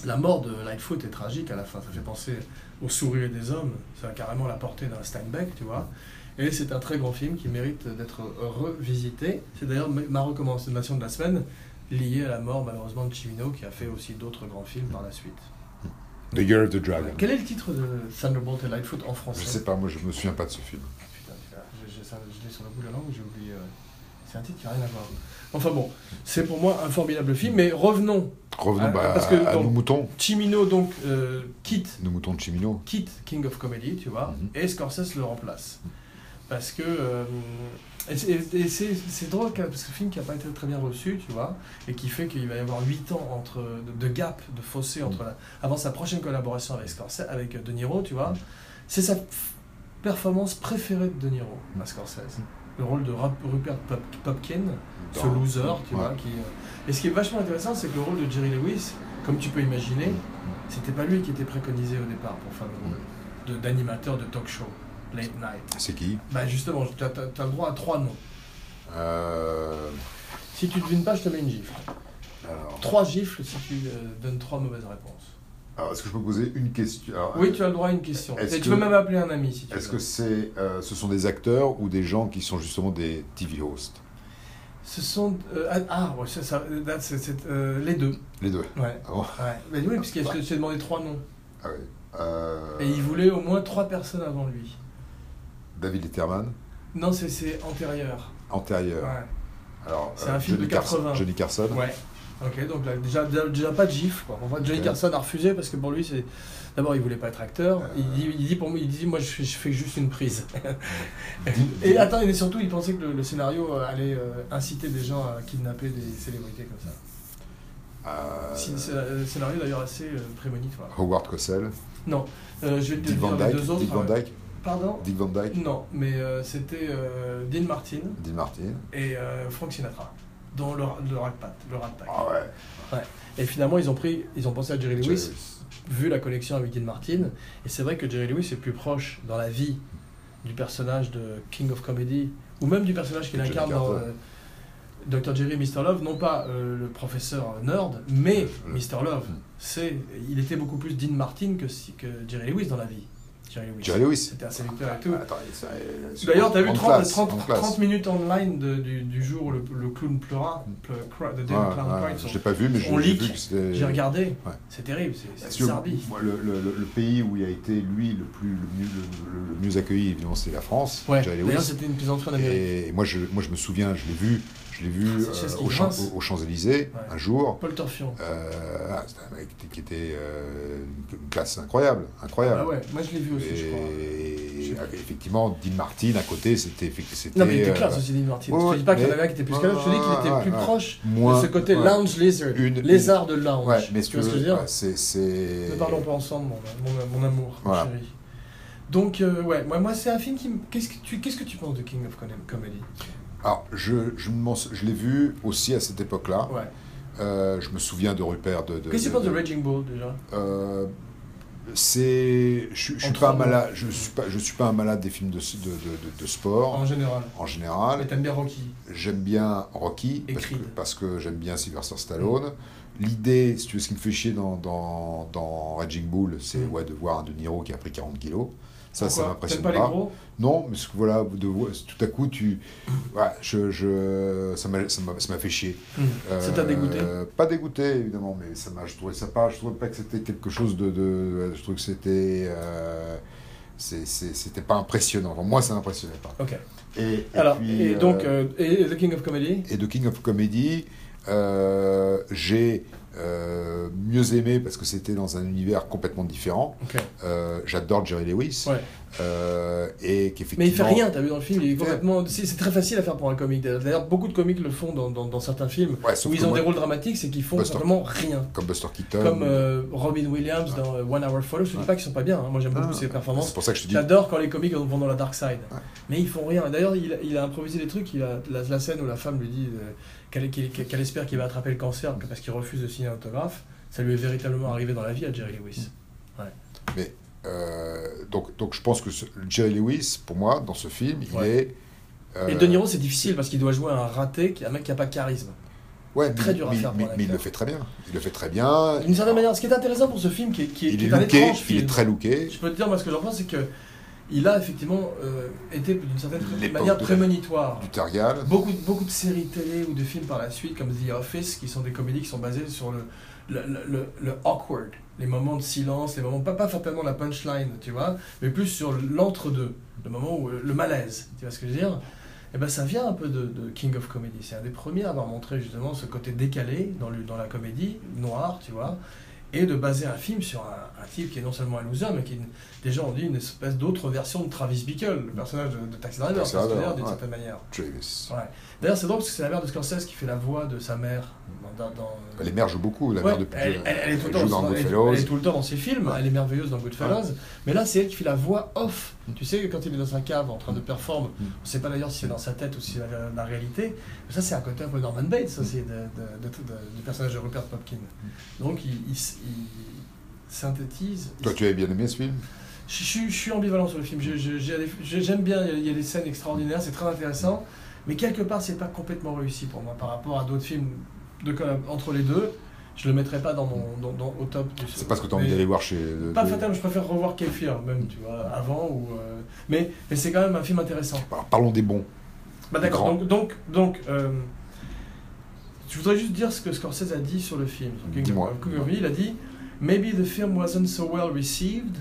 la mort de Lightfoot est tragique à la fin. Ça fait penser au sourire des hommes. Ça a carrément la portée d'un Steinbeck, tu vois. Et c'est un très grand film qui mérite d'être revisité. C'est d'ailleurs ma- ma recommandation de la semaine, liée à la mort malheureusement de Chimino, qui a fait aussi d'autres grands films par la suite. The Year of the Dragon. Quel est le titre de Thunderbolt et Lightfoot en français Ah Je sais pas, moi je me souviens pas de ce film. Putain, putain, je, je- ça- je l'ai sur le bout de la langue, j'ai oublié. euh, C'est un titre qui n'a rien à voir. Enfin bon, c'est pour moi un formidable film, mais revenons. Revenons Ah, bah, parce que à dans- nos moutons, Chimino donc euh, quitte nos moutons de Chimino. quitte King of Comedy, tu vois, Mhm. et Scorsese le remplace. Parce que. euh, et c'est- et c'est c'est drôle, que- parce que c'est un film qui n'a pas été très bien reçu, tu vois, et qui fait qu'il va y avoir 8 ans entre, de, de gap, de fossé entre la- avant sa prochaine collaboration avec Scorsese, avec euh, De Niro, tu vois. C'est sa f- performance préférée de De Niro à Scorsese. Le rôle de Rap- Rupert Pop- Popkin, ce Dans- loser, tu Ouais. vois. Qui, euh, Et ce qui est vachement intéressant, c'est que le rôle de Jerry Lewis, comme tu peux imaginer, c'était pas lui qui était préconisé au départ pour faire le rôle de- d'animateur de talk show, late night. C'est qui Bah justement, tu as, le droit à trois noms. Euh, Si tu devines pas, je te mets une gifle. alors, Trois gifles si tu euh, donnes trois mauvaises réponses. alors, est-ce que je peux poser une question Alors, Oui, tu as le droit à une question. Est-ce Et tu que- peux même appeler un ami si tu Est-ce veux. que c'est, euh, ce sont des acteurs ou des gens qui sont justement des TV hosts Ce sont... euh, ah, ah, ouais, c'est ça, euh, là, c'est- c'est, euh, les deux. Les deux. Ouais. Ah bon ouais. Mais oui, parce que je t'ai demandé trois noms. Ah oui. Euh, Et il voulait au moins trois personnes avant lui. David Letterman, Non, c'est- c'est antérieur. antérieur. Ouais. Alors, euh, C'est un film de Johnny Carson- 80. Johnny Carson. Ouais. Ok, donc là, déjà, déjà, déjà pas de gif. Quoi. Enfin, Johnny Ok. Carson a refusé parce que pour lui, c'est. D'abord, il voulait pas être acteur. Euh. Il, dit, il dit pour moi, il dit moi, je fais, je fais juste une prise. et attends, et surtout, il pensait que le, le scénario euh, allait euh, inciter des gens à kidnapper des célébrités comme ça. Euh, Si- C'est un scénario d'ailleurs assez euh, prémonitoire. Howard Cosell. Non, euh, je vais te Dick Van dire les Dyke. deux autres. Dick Van euh, Dyke. Pardon. Dick Van Dyke. Non, mais euh, c'était euh, Dean Martin Dean Martin. et euh, Frank Sinatra dans le, le Rat Pack. Le Rat Pack. Ah ouais. Et finalement, ils ont pris, ils ont pensé à Jerry Lewis. vu la connexion avec Dean Martin. Et c'est vrai que Jerry Lewis est plus proche dans la vie du personnage de King of Comedy, ou même du personnage qu'il Johnny incarne dans Carter. euh, Dr. Jerry et Mr. Love, non pas euh, le professeur nerd, mais Le- Mr. Love. Mm. C'est, il était beaucoup plus Dean Martin que, si- que Jerry Lewis dans la vie. Jerry Lewis. Jerry Lewis. C'était un sélecteur et tout. Attends, ça, euh, D'ailleurs, t'as en vu 30, classe, 30, en classe. 30 minutes online de- du, du jour où le, le clown pleura, ple- cra- de David Mm. Ouais, Clown ouais, Cry, je sur- l'ai pas vu, mais je- on j'ai leak. vu que c'était. J'ai regardé, Ouais. c'est terrible, c'est- c'est Parce que, Serbie. moi, le, le- le- le pays où il a été, lui, le, plus, le, mieux, le- le- le mieux accueilli, évidemment, c'est la France. Ouais, Jerry d'ailleurs, Lewis. c'était une plaisanterie en Amérique. Et moi je, moi, je me souviens, je l'ai vu, je l'ai vu Ah, C'est chez euh, Steve aux, Champs- Reims. aux- aux Champs-Élysées Ouais. un jour. Paul Torfion. Euh, ah, c'était un mec qui- qui était euh, une classe incroyable, incroyable. Ah ouais, moi je l'ai vu aussi, je crois. Et avec, effectivement, Dean Martin à côté, c'était. c'était, Non, mais il était euh, classe aussi, Dean Martin. ouais, je te dis pas qu'il y en mais- avait un qui était plus que l'autre, je te dis qu'il était Ouais, plus ouais, proche moins- de ce côté ouais. lounge lizard, Une- lézard de lounge. Ouais, mais tu vois ce que je veux dire ouais, c'est- c'est- Ne parlons pas ensemble, mon, mon- mon amour, mon Voilà. chéri. Donc, euh, ouais, moi, moi c'est un film qui me. Qu'est-ce que, tu, qu'est-ce que tu penses de King of Com- Comedy Alors, je, je, m'en- je l'ai vu aussi à cette époque-là. Ouais. Euh, je me souviens de Rupert. De, Ah, de- Qu'est-ce que tu de- penses de de- Raging Bull déjà Euh, c'est, je, je suis Entre pas un nous. malade. Je suis pas, je suis pas un malade des films de, de, de- de- de sport En général. en Mais général. t'aimes bien Rocky. J'aime bien Rocky Et parce que, Creed. parce que j'aime bien Sylvester Stallone. L'idée, si tu veux, ce qui me fait chier dans, dans, dans Raging Bull, c'est Mm. ouais, de voir un De Niro qui a pris 40 kilos. Ça, ça Pourquoi m'impressionne T'aimes pas les gros non, mais ce que voilà, de, tout à coup, tu, voilà, je, je, ça m'a, ça m'a, ça m'a fait chier. Ça t'a Euh, dégoûté Pas dégoûté, évidemment, mais ça m'a, je trouvais ça pas, je trouvais pas que c'était quelque chose de, de- je trouvais que c'était, euh, c'est, c'est- c'était pas impressionnant. Enfin, moi, ça m'impressionnait pas. Ok. Et, et Alors, puis, et donc, euh, euh, et The King of Comedy et de King of Comedy, euh, j'ai euh, mieux aimé parce que c'était dans un univers complètement différent. Ok. Euh, j'adore Jerry Lewis. Ouais. Euh, et qu'effectivement. Mais il fait rien, t'as vu dans le film, il est Ouais. complètement. C'est c'est très facile à faire pour un comique. D'ailleurs, beaucoup de comiques le font dans, dans- dans certains films Ouais, sauf où ils que ont moi- des rôles dramatiques, c'est qu'ils font Buster. simplement rien. comme Buster Keaton. Comme euh, Robin Williams dans euh, One Hour Photo, je te dis Ouais. pas qu'ils sont pas bien, hein. moi j'aime Ah, beaucoup ses performances. C'est pour ça que je te dis. J'adore quand les comiques vont dans la dark side. Ouais. Mais ils font rien. D'ailleurs, il, il a improvisé des trucs. Il a, la, la scène où la femme lui dit euh, qu'elle qu'elle- qu'elle espère qu'il va attraper le cancer parce qu'il refuse de signer un autographe, ça lui est véritablement arrivé dans la vie à Jerry Lewis. euh, donc, donc je pense que ce- Jerry Lewis, pour moi, dans ce film, il Ouais. est. euh, Et De Niro, c'est difficile parce qu'il doit jouer un raté, un mec qui a pas de charisme. euh, ouais, très mais- dur à mais- faire pour Mais, un mais il le acteur. fait très bien. Il le fait très bien. D'une certaine manière, ce qui est intéressant pour ce film, qui est, qui est- il qui est est un looké, étrange il film, est très looké. je peux te dire, moi, ce que j'en pense, c'est que il a effectivement euh, été d'une certaine L'époque manière de- prémonitoire. Du Targal. Beaucoup, beaucoup de séries télé ou de films par la suite, comme The Office, qui sont des comédies qui sont basées sur le, le, le- le- le awkward, les moments de silence, les moments, pas, pas fatalement la punchline, tu vois, mais plus sur l'entre-deux, le moment où le malaise, tu vois ce que je veux dire Et ben ça vient un peu de, de King of Comedy. C'est un des premiers à avoir montré justement ce côté décalé dans, le, dans la comédie, noire, tu vois, et de baser un film sur un, un type qui est non seulement un loser, mais qui est une- des gens ont dit une espèce d'autre version de Travis Bickle, le personnage de, de Taxi Driver, Taxi Taxi Driver, Driver, d'une ouais. certaine manière. Travis. D'ailleurs, c'est drôle parce que c'est la mère de Scorsese qui fait la voix de sa mère dans. dans- dans- Les mères jouent beaucoup. La Ouais, mère de elle, elle- elle est tout le elle temps joue dans- dans elle- Goodfellas. elle est tout le temps dans ses films, elle est merveilleuse dans Goodfellas, mais là c'est elle qui fait la voix off. Tu sais, quand il est dans sa cave en train de performer, Mm. on sait pas d'ailleurs si c'est dans sa tête ou si c'est la, la réalité, mais ça c'est un côté un peu Norman Bates ça, c'est de- de- de- de- du personnage de Rupert Popkin. Donc il, il s- il synthétise. il Mm. Toi, tu avais bien aimé ce film je, suis- je suis ambivalent sur le film. Je- je- j'ai des- je- J'aime bien, il y a- il y a des scènes extraordinaires, c'est très intéressant. Mais quelque part, c'est pas complètement réussi pour moi par rapport à d'autres films de, collab- entre les deux. Je le mettrais pas dans mon, dans, dans- au top du C'est pas ce que tu as envie Mais- d'aller voir chez. euh, de- Pas de- fatal, je préfère revoir Kefir, même, tu vois, avant. Ou, euh, Mais, mais c'est quand même un film intéressant. Alors, parlons des bons. Bah d'accord, Grand. donc, donc, donc euh, je voudrais juste dire ce que Scorsese a dit sur le film. Sur King of- Dis-moi. King of Comedy, il a dit « Maybe the film wasn't so well received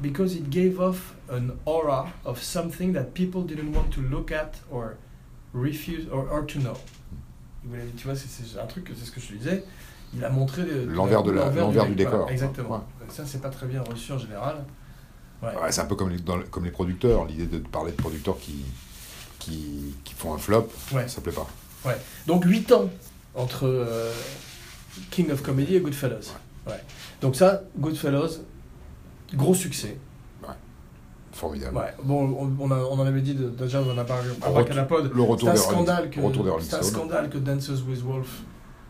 because it gave off an aura of something that people didn't want to look at or refuse or, or to know. » Il voulait- Tu vois, c'est- c'est un truc, que- c'est ce que je te disais. Il a montré le- L'envers de la- l'envers du décor. voilà, exactement. Ouais. Ça, c'est pas très bien reçu en général. Ouais. Ouais, c'est un peu comme les, dans le- comme les producteurs. L'idée de parler de producteurs qui, qui, qui font un flop, Ouais. ça plaît pas. Donc 8 ans entre euh, King of Comedy et Goodfellas. Ouais. Donc ça, Goodfellas, gros succès. Formidable. Ouais. Bon, on, on a- on en avait dit de- déjà, on en a parlé Le à la pod. Le C'est retour un des Rolling- scandale que le retour des Rolling c'est un Stones. scandale que Dances with Wolf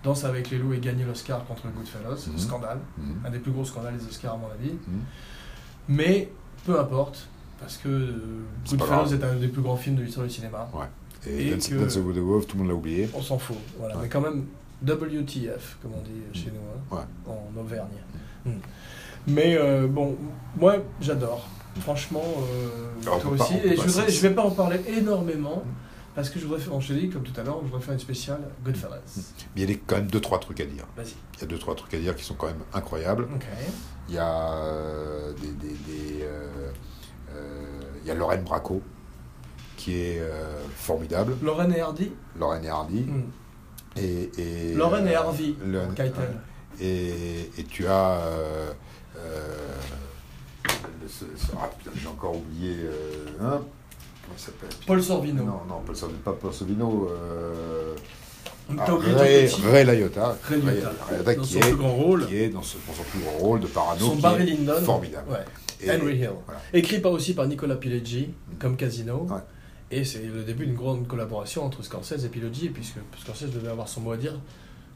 danse avec les loups et gagne l'Oscar contre Goodfellas. Mhm. Scandale, Mhm. un des plus gros scandales des Oscars à mon avis. Mhm. Mais peu importe. Parce que euh, C'est pas Goodfellas est un des plus grands films de l'histoire du cinéma. Et, Et Dance, que- Dance with the Wolf, tout le monde l'a oublié. On s'en fout, voilà. Ouais. Mais quand même, WTF, comme on dit chez Hmm. nous, hein, en Auvergne. Mm. Mais euh, bon, moi, j'adore. Franchement, euh, Alors, Ah, on toi peut pas- aussi. on peut et je pas voudrais, s'en- Hmm. je vais pas en parler énormément parce que je voudrais faire, on se dit, comme tout à l'heure, je voudrais faire une spéciale Goodfellas. Mais il y a des- quand même deux, trois trucs à dire. Vas-y. Il y a deux, trois trucs à dire qui sont quand même incroyables. Ok. Il y a euh, des, des- des, euh, euh, il y a Lorraine Bracco qui est euh, formidable. Lauren et Hardy. Lorraine et Hardy. Hmm. Et, et, Lauren et euh, Harvey. le- Keitel. et, et tu as. euh, euh, ce- ce- ah, putain, j'ai encore oublié. euh, hein Comment il s'appelle putain Paul Sorvino. Non, non, Paul Sorvino, pas Paul Sorvino. Euh, T'as ah, oublié Ray, ton petit. Ray Liotta. Ray Liotta. Ray Liotta Dans qui son est, plus grand rôle. qui est dans ce- pour son plus grand rôle de Parano. Son qui Barry est Lyndon. Formidable. Ouais. Et- Henry Hill. voilà. Mm. Écrit par, aussi par Nicolas Pileggi, comme Casino. Ouais. Et c'est le début d'une grande collaboration entre Scorsese et Pileggi, puisque Scorsese devait avoir son mot à dire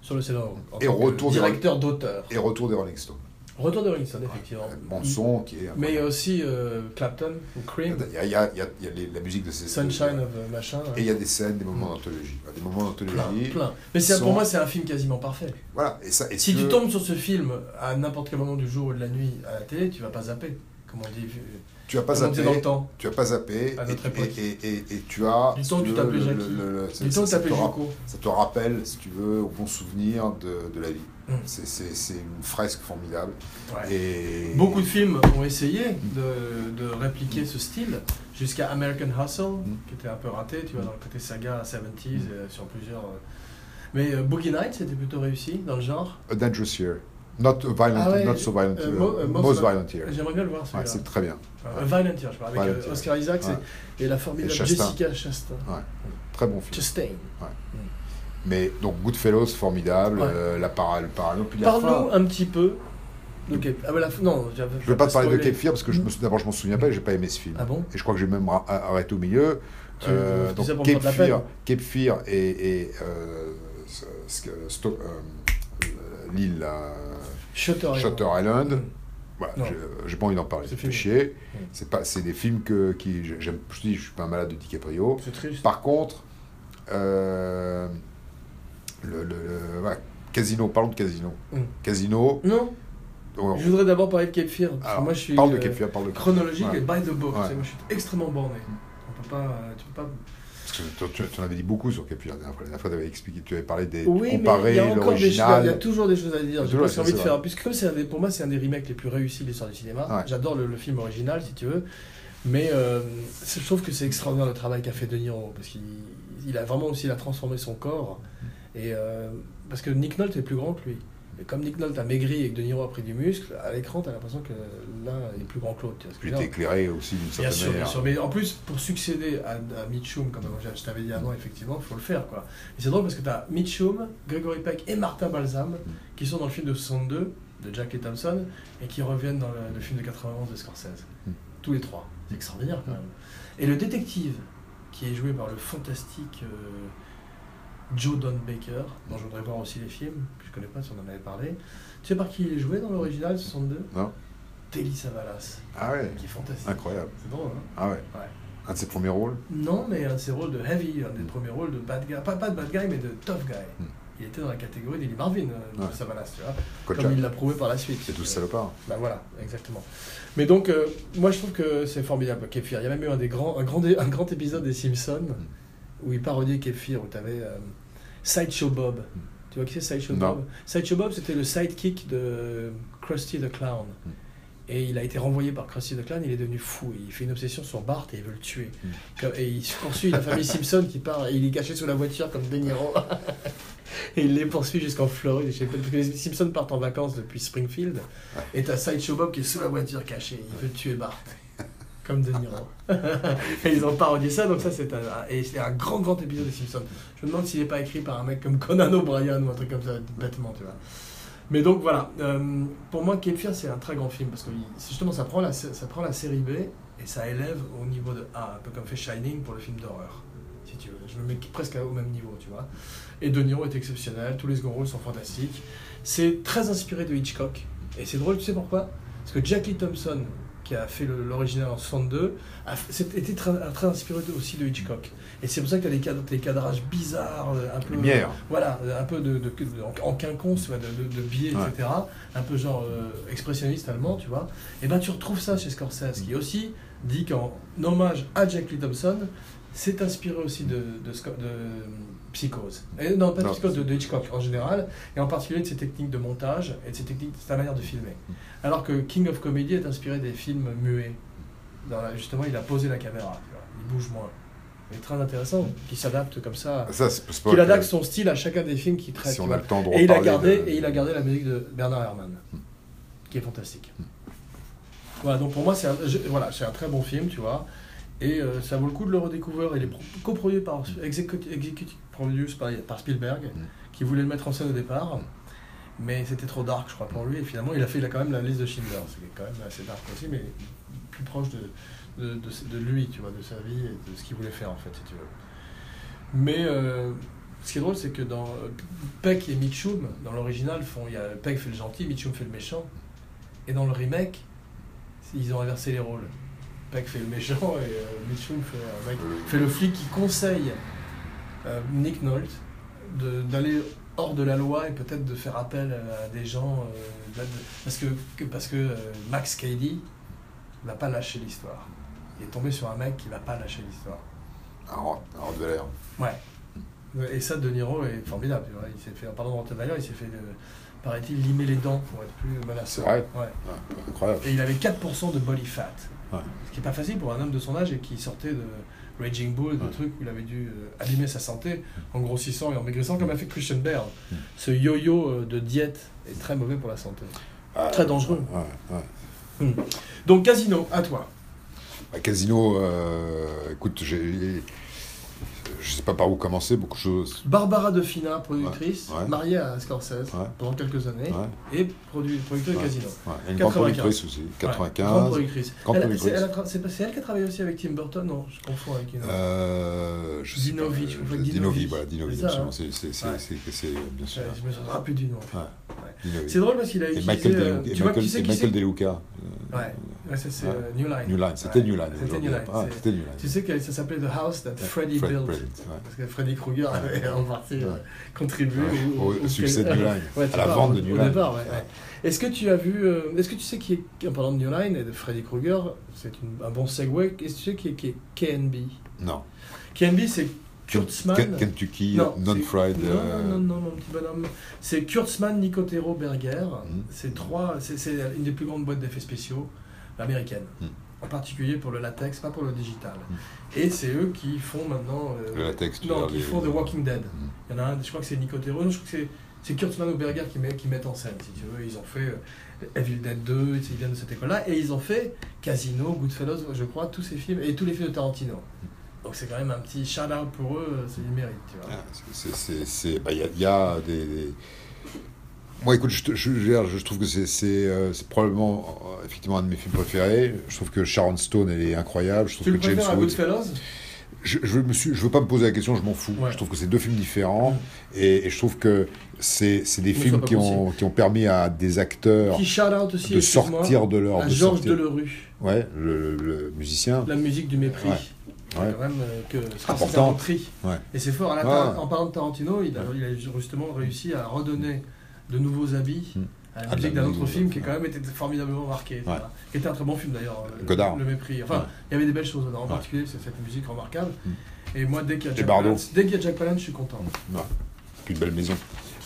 sur le scénario. en Et tant que retour des- Directeur d'auteur. Et Retour des Rolling Stones. Retour de Rollinson, effectivement. Mm. Bon son qui est. Mais aussi euh, Clapton, ou Il Cream, y a, il y a- il y a- il y a les- la musique de ces. Sunshine of euh, machin. Et ouais. il y a des scènes, des moments d'anthologie. Des moments Plein, d'anthologie. plein. Mais c'est- Son- pour moi, c'est un film quasiment parfait. Voilà. Et ça, et Si ce- tu tombes sur ce film à n'importe quel moment du jour ou de la nuit à la télé, tu vas pas zapper. Comme on dit, euh, tu as pas comme on dit dans zappé. le temps. Tu as pas zappé. À et- notre et- époque. Et, et- et tu as. Du si temps où tu tu veux, t'appelais le- Jackie. le- le- Du ça- temps que ça- t'appelais ça te ra- Joko. Ça te rappelle, si tu veux, au bon souvenir de, de la vie. Mm. C'est- C'est c'est une fresque formidable. Ouais. Et... Beaucoup de films ont essayé de, de répliquer ce style, jusqu'à American Hustle, Mm. qui était un peu raté, tu vois, dans le côté saga 70s, euh, sur plusieurs... euh. Mais euh, Boogie Nights c'était plutôt réussi, dans le genre. A Dangerous Year. Not, a violent, Ah ouais, not so violent euh, year. mo- euh, most- most, violent year. J'aimerais bien le voir, Ouais, celui-là. c'est très bien. Euh, Violent Year, je parle, avec Violent euh, Year. Oscar Isaac Ouais. et la formidable Et Chastain. Jessica Chastain. Très bon film. Chastain. Mais donc Goodfellas, formidable. Ouais. euh, la parole, le parallèle. Puis la Parle-nous fin. un petit peu de Cape... Ah, bah, la... f- Non, je Je ne vais pas te parler de Cape Fear parce que je me sou- d'abord je m'en souviens pas et j'ai pas aimé ce film. Ah bon Et je crois que j'ai même ra- arrêté au milieu. Tu Euh, dis donc ça pour me Cape faire de la Fear, Cape Fear et, et euh, ce- ce que- Sto- euh, l'île là, Shutter Island. Shutter Island. Mm. Voilà, Non. j'ai- j'ai pas envie d'en parler. Ce Ça film. fait chier. Mm. C'est pas, c'est des films que qui j'aime. Je dis, je suis pas un malade de DiCaprio. C'est triste. Par contre, euh, le, le- le- voilà, Casino, parlons de Casino. Mm. Casino, Non, on- je voudrais d'abord parler de Cape Fear, parce alors, que moi je suis... parle de euh, Cape Fear, parle de chronologique Ouais. et by the book. Ouais. Tu sais, Moi, je suis extrêmement borné. On peut pas, euh, tu peux pas. Parce que toi, tu, tu en avais dit beaucoup sur Cape Fear la dernière fois. La dernière fois, tu avais expliqué, tu avais parlé des Oui, mais il comparer y a encore des choses. Il y a l'original. toujours des choses à dire. J'ai Toujours, presque ça, envie c'est de faire. vrai. Puisque comme c'est un des- pour moi, c'est un des remakes les plus réussis de l'histoire du cinéma. Ouais. J'adore le, le film original, si tu veux. Mais euh, c'est- je trouve que c'est extraordinaire le travail qu'a fait De Niro parce qu'il il a vraiment aussi il a transformé son corps. Et euh, parce que Nick Nolte est plus grand que lui. Et comme Nick Nolte a maigri et que De Niro a pris du muscle, à l'écran, t'as l'impression que l'un est plus grand que l'autre. tu vois ce que Tu je veux étais dire éclairé aussi d'une Bien certaine sûr, bien manière. sûr. Mais en plus, pour succéder à, à Mitchum, comme je t'avais dit avant, effectivement, il faut le faire. quoi. Et c'est drôle parce que tu as Mitchum, Gregory Peck et Martin Balsam qui sont dans le film de 62 de Jack et Thompson et qui reviennent dans le, le film de 91 de Scorsese. Mm. Tous les trois. C'est extraordinaire quand même. Et le détective, qui est joué par le fantastique euh, Joe Don Baker, dont je voudrais voir aussi les films, que je connais pas si on en avait parlé. Tu sais par qui il est joué dans l'original 62 Non. Telly Savalas, Ah ouais, qui est fantastique. incroyable. C'est drôle, hein Ah ouais. Ouais. Un de ses premiers rôles. non, mais un de ses rôles de heavy, un des premiers rôles de bad guy, pas, pas de bad guy, mais de tough guy. Hmm. Il était dans la catégorie d'Eddie Marvin, euh, Ouais. Savalas, tu vois, comme Kotchap. il l'a prouvé par la suite. C'est tout Euh, salopard. bah voilà, exactement. Mais donc, euh, moi je trouve que c'est formidable, Kefir. Il y a même eu un, des grands, un, grand, dé- un grand épisode des Simpsons où il parodiait Kefir, où tu avais Sideshow Bob. Tu vois qui c'est Sideshow Non. Bob Sideshow Bob, c'était le sidekick de Krusty the Clown. Et il a été renvoyé par Krusty the Clown, il est devenu fou. Il fait une obsession sur Bart et il veut le tuer. Comme- Et il poursuit la famille Simpson qui part, et il est caché sous la voiture comme De Niro. et il les poursuit jusqu'en Floride. Je sais pas, parce que les Simpsons partent en vacances depuis Springfield. Et t'as Sideshow Bob qui est sous la voiture cachée. Il veut tuer Bart. Comme De Niro. et ils ont parodié ça, donc ça c'est un, un- et c'est un grand grand épisode des Simpsons. Je me demande s'il n'est pas écrit par un mec comme Conan O'Brien ou un truc comme ça, bêtement, tu vois. Mais donc voilà, euh, pour moi, Cape Fear, c'est un très grand film parce que il- justement, ça prend, la, sé- ça prend la série B et ça élève au niveau de A, un peu comme fait Shining pour le film d'horreur, si tu veux. Je me mets presque au même niveau, tu vois. Et De Niro est exceptionnel, tous les seconds rôles sont fantastiques. C'est très inspiré de Hitchcock et c'est drôle, tu sais pourquoi Parce que Jackie Thompson, qui a fait le- l'original en 62, a f- c'était- était très, très inspiré de- aussi de Hitchcock. Et c'est pour ça que tu as des, cadres- des cadrages bizarres, euh, un peu. Eh Lumière. Voilà, euh, un peu de, de- de- en- en quinconce, ouais, de, de, de biais, Ouais. etc. Un peu genre euh, expressionniste allemand, tu vois. Et ben tu retrouves ça chez Scorsese, qui aussi dit qu'en hommage à Jack Lee Thompson, c'est inspiré aussi de, de, Sco- de, euh, Psychose. Et non, pas de Non. Psychose, de, de Hitchcock en général, et en particulier de ses techniques de montage et de ses techniques, de sa manière de filmer. Alors que King of Comedy est inspiré des films muets. Dans la- justement, il a posé la caméra, tu vois. il bouge moins. Mais très intéressant, qui s'adapte comme ça. Ah, Ça, c'est c'est pas Qu'il que- adapte son style à chacun des films qu'il traite. Si tu on vois. a le temps de et il a reparler gardé de- Hmm. et il a gardé la musique de Bernard Herrmann, qui est fantastique. Voilà, donc pour moi c'est un, je- voilà, c'est un très bon film, tu vois. Et euh, ça vaut le coup de le redécouvrir. Il est pro- coproduit par executive, produce par, par Spielberg, Hmm. qui voulait le mettre en scène au départ, mais c'était trop dark, je crois, pour lui. Et finalement, il a fait, il a quand même la liste de Schindler. C'est quand même assez dark aussi, mais plus proche de de, de- de lui, tu vois, de sa vie et de ce qu'il voulait faire en fait, si tu veux. Mais euh, ce qui est drôle, c'est que dans euh, Peck et Mitchum, dans l'original, font il y a Peck fait le gentil, Mitchum fait le méchant, et dans le remake, ils ont inversé les rôles. Peck fait le méchant et euh, Mitchum fait, un mec- Euh, fait le flic qui conseille euh, Nick Nolte de- d'aller hors de la loi et peut-être de faire appel à des gens euh, d'aide- parce que, que- parce que euh, Max Cady va pas lâcher l'histoire. Il est tombé sur un mec qui va pas lâcher l'histoire. Un Rod- un Rottweiler. Ouais. Et ça, De Niro est formidable. tu vois. Il s'est fait, en parlant de Rottweiler, il s'est fait, euh, paraît-il, limer les dents pour être plus menaçant. C'est vrai Ouais. Ah, Incroyable. Et il avait 4% de body fat. Ouais. Ce qui est pas facile pour un homme de son âge et qui sortait de Raging Bull, de Ouais. trucs où il avait dû euh, abîmer sa santé en grossissant et en maigrissant, comme a fait Christian Bale. Ce yo-yo euh, de diète est très mauvais pour la santé. Ah, Très dangereux. ouais, ouais. Donc, Casino, à toi. Bah, Casino, euh, écoute, j'ai- je sais pas par où commencer, beaucoup de choses. Barbara De Fina, productrice, Ouais, ouais. mariée à Scorsese Ouais. pendant quelques années, Ouais. et produit, productrice de Ouais. Casino. Ouais, et Une grande 95. productrice aussi, Ouais, grande 95. productrice. grande Elle a- productrice. c'est- elle a tra- C'est pas- c'est elle qui a travaillé aussi avec Tim Burton Non, je confonds avec une autre. Euh, je sais pas, Dinovi, euh, je crois que Dinovi, Dinovi. voilà, Dinovi, C'est ça, hein. absolument, c'est- c'est- Ouais. c'est- c'est- c'est, euh, bien sûr. Euh, je me souviens plus du nom. Ouais. Dinovi. C'est drôle parce qu'il a Et utilisé. Michael euh, Deluca. tu vois qui Et c'est Michael- et qui c'est Michael Deluca. Ouais, Ouais, ça, c'est Ouais. euh, New Line. New Line, c'était Ouais. New Line. C'était aujourd'hui. New Line. Ah, c'est- C'était New Line. Tu sais que ça s'appelait The House That Freddy Fred Built. Built, ouais. Parce que Freddy Krueger avait en partie euh, Ouais. contribué Ouais. au, Au succès de New Line, Ouais, tu à la parles, vente de euh, au- New au Line. départ, ouais, Ouais. ouais. Est-ce que tu as vu, euh, est-ce que tu sais qui est, en parlant de New Line et de Freddy Krueger, c'est une- un bon segue, est-ce que tu sais qui est, qui est KNB Non. KNB c'est Kurtzman. Ken- Kentucky, euh, Non, non-fried. c'est- Non, non, non, non, mon petit bonhomme. C'est Kurtzman, Nicotero, Berger. Mm. C'est trois. C'est c'est une des plus grandes boîtes d'effets spéciaux américaines. Mm. En particulier pour le latex, pas pour le digital. Et c'est eux qui font maintenant. euh, Le latex, tu non, veux Hmm. qui dire, font The les- Walking Dead. Mm. Il y en a un, je crois que c'est Nicotero. Non, je crois que c'est. C'est Kurtzman ou Berger qui, met- qui mettent en scène, si tu veux. Ils ont fait euh, Evil Dead 2, ils viennent de cette école-là. Et ils ont fait Casino, Goodfellas, je crois, tous ces films, et tous les films de Tarantino. Donc c'est quand même un petit shout-out pour eux, c'est du mérite, tu vois. Ah, c'est- c'est- c'est- bah, Il y a- il y a des. des- Moi, écoute, je, te- je, je- je trouve que c'est c'est, euh, c'est probablement euh, effectivement un de mes films préférés. Je trouve que Sharon Stone, elle est incroyable. Je trouve Tu le que James préfères à Woods. Goodfellas Je, je me suis, je veux pas me poser la question, je m'en fous. Ouais. Je trouve que c'est deux films différents et, et je trouve que c'est c'est des Ne sois films pas qui ont, qui ont permis à des acteurs Qui shout out aussi de excuse-moi, sortir de leur. à de Georges sortir- Delerue, Ouais, le, le- le musicien. la musique du mépris. Ouais. C'est Ouais. Quand même euh, que Scorsese Importante. en prie. Ouais. Et c'est fort. À la Ouais. Tar- En parlant de Tarantino, il a, il a justement réussi à redonner de nouveaux habits Mm. à Ah, la de musique la d'un autre musique, film qui, ouais. quand même, était formidablement marqué. tu Ouais. vois. Qui était un très bon film d'ailleurs. euh, Godard. Le mépris. Enfin, Ouais. il y avait des belles choses dedans. En Ouais. Hmm. particulier, c'est cette musique remarquable. Et moi, dès qu'il y a Jack Bardo. Palance, dès qu'il y a Jack Palance, je suis content. Ouais. Une belle maison.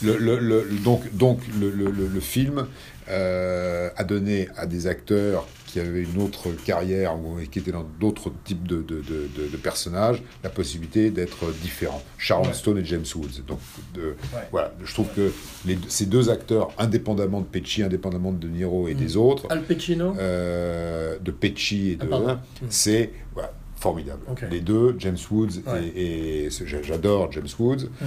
Le, le- le- le- donc, donc le, le- le- le film euh, a donné à des acteurs qui avaient une autre carrière ou qui étaient dans d'autres types de, de- de- de- de personnages la possibilité d'être différents. Sharon Ouais. Stone et James Woods. Donc, de- Ouais. voilà, je trouve que les deux- ces deux acteurs, indépendamment de Pecci, indépendamment de De Niro et Mm. des autres, Al Pacino euh, de Pecci et Ah, de. pardon. c'est voilà, formidable. Ok. Les deux, James Woods Ouais. et, et- c'est- j'a- j'adore James Woods, Mm.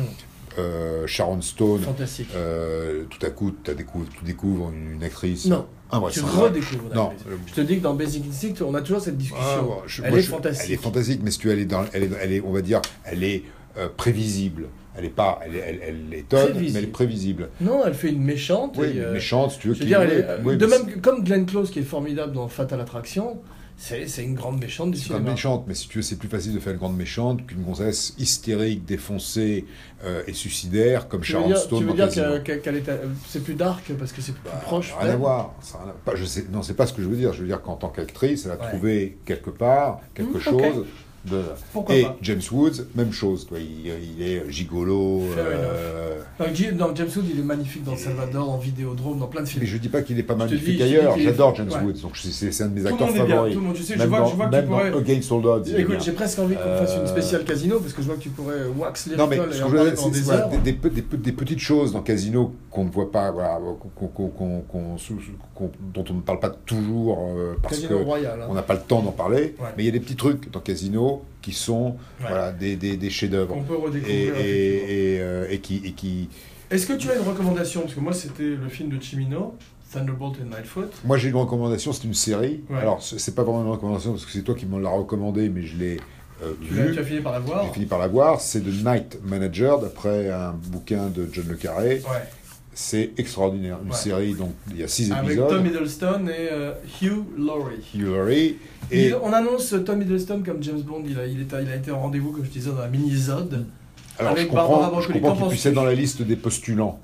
Euh, Sharon Stone. Fantastique. euh, tout à coup, t'as découv- tu découvres une, une actrice. Non. Tu invraisemblable. redécouvres la Non, police. euh, Je te dis que dans Basic Instinct, on a toujours cette discussion. Ah, bon, je- elle, moi, est je- fantastique. Elle est fantastique, mais si tu elle est dans, elle est, elle est- on va dire, elle est euh, prévisible. Elle est pas, elle, elle, elle étonne, mais elle Prévisible. est prévisible. Non, elle fait une méchante. Oui, et, mais euh, méchante, si tu veux. Je veux qui- dire, elle oui, est, euh, oui, de mais même que- comme Glenn Close qui est formidable dans Fatal Attraction, c'est c'est une grande méchante du C'est pas cinéma. méchante, mais si tu veux, c'est plus facile de faire une grande méchante qu'une gonzesse hystérique, défoncée euh, et suicidaire comme Tu veux Sharon dire, Stone. tu veux dans dire Casino. qu'elle- qu'elle- qu'elle est, euh, c'est plus dark parce que c'est plus Bah, proche. Rien à peut-être. voir. Ça a rien à- pas- je sais, non, c'est pas ce que je veux dire. Je veux dire qu'en tant qu'actrice, elle a Ouais. trouvé quelque part quelque Mm, chose. De... Pourquoi Et pas James Woods, même chose. toi, il, il est gigolo. Fair euh, Non, Jim- non, James Wood, il est magnifique dans Salvador, en Vidéodrome, dans plein de mais films. je dis pas qu'il est pas te dis, magnifique je te dis ailleurs. qu'il est- J'adore James ouais. Woods. Donc je- c'est c'est un de mes Tout le acteurs monde est bien, favoris. tout le monde. Je sais, je Même vois, dans, je vois que tu même pourrais. dans Against All Odds, il est bien. Écoute, j'ai presque envie qu'on fasse une Euh, spéciale casino parce que je vois que tu pourrais wax les Non, mais ricoles ce et en que je veux parler dire, pendant c'est- des c'est heures. des, des pe- des pe- des petites choses dans Casino qu'on ne voit pas, voilà, qu'on- qu'on- qu'on- qu'on- sous- qu'on- dont on ne parle pas toujours euh, parce Casino qu'on Royal. hein. n'a pas le temps d'en parler, Ouais. mais il y a des petits trucs dans Casino qui sont Ouais. voilà, des, des- des On chefs-d'œuvre peut et, redécouvrir. effectivement. et- et, euh, et qui, et qui- Est-ce que tu as une recommandation Parce que moi, c'était le film de Chimino, Thunderbolt and Lightfoot. Moi, j'ai une recommandation, c'est une série. Ouais. Alors, ce- c'est pas vraiment une recommandation parce que c'est toi qui me l'as recommandé, mais je l'ai euh, Tu, l'as- tu vue. as fini par la voir J'ai fini par la voir. C'est The Night Manager, d'après un bouquin de John Le Carré. Ouais. C'est extraordinaire. Une Ouais. série, donc il y a six Avec épisodes. Tom Hiddleston et euh, Hugh Laurie. Hillary. Dis- Et On annonce Tom Hiddleston comme James Bond, il a, il est à- il a été en rendez-vous, comme je disais, dans la mini-zode. Mm. alors, je avec Barbara comprends, Broccoli, je comprends qu'en qu'il puisse penses-tu être dans la liste des postulants.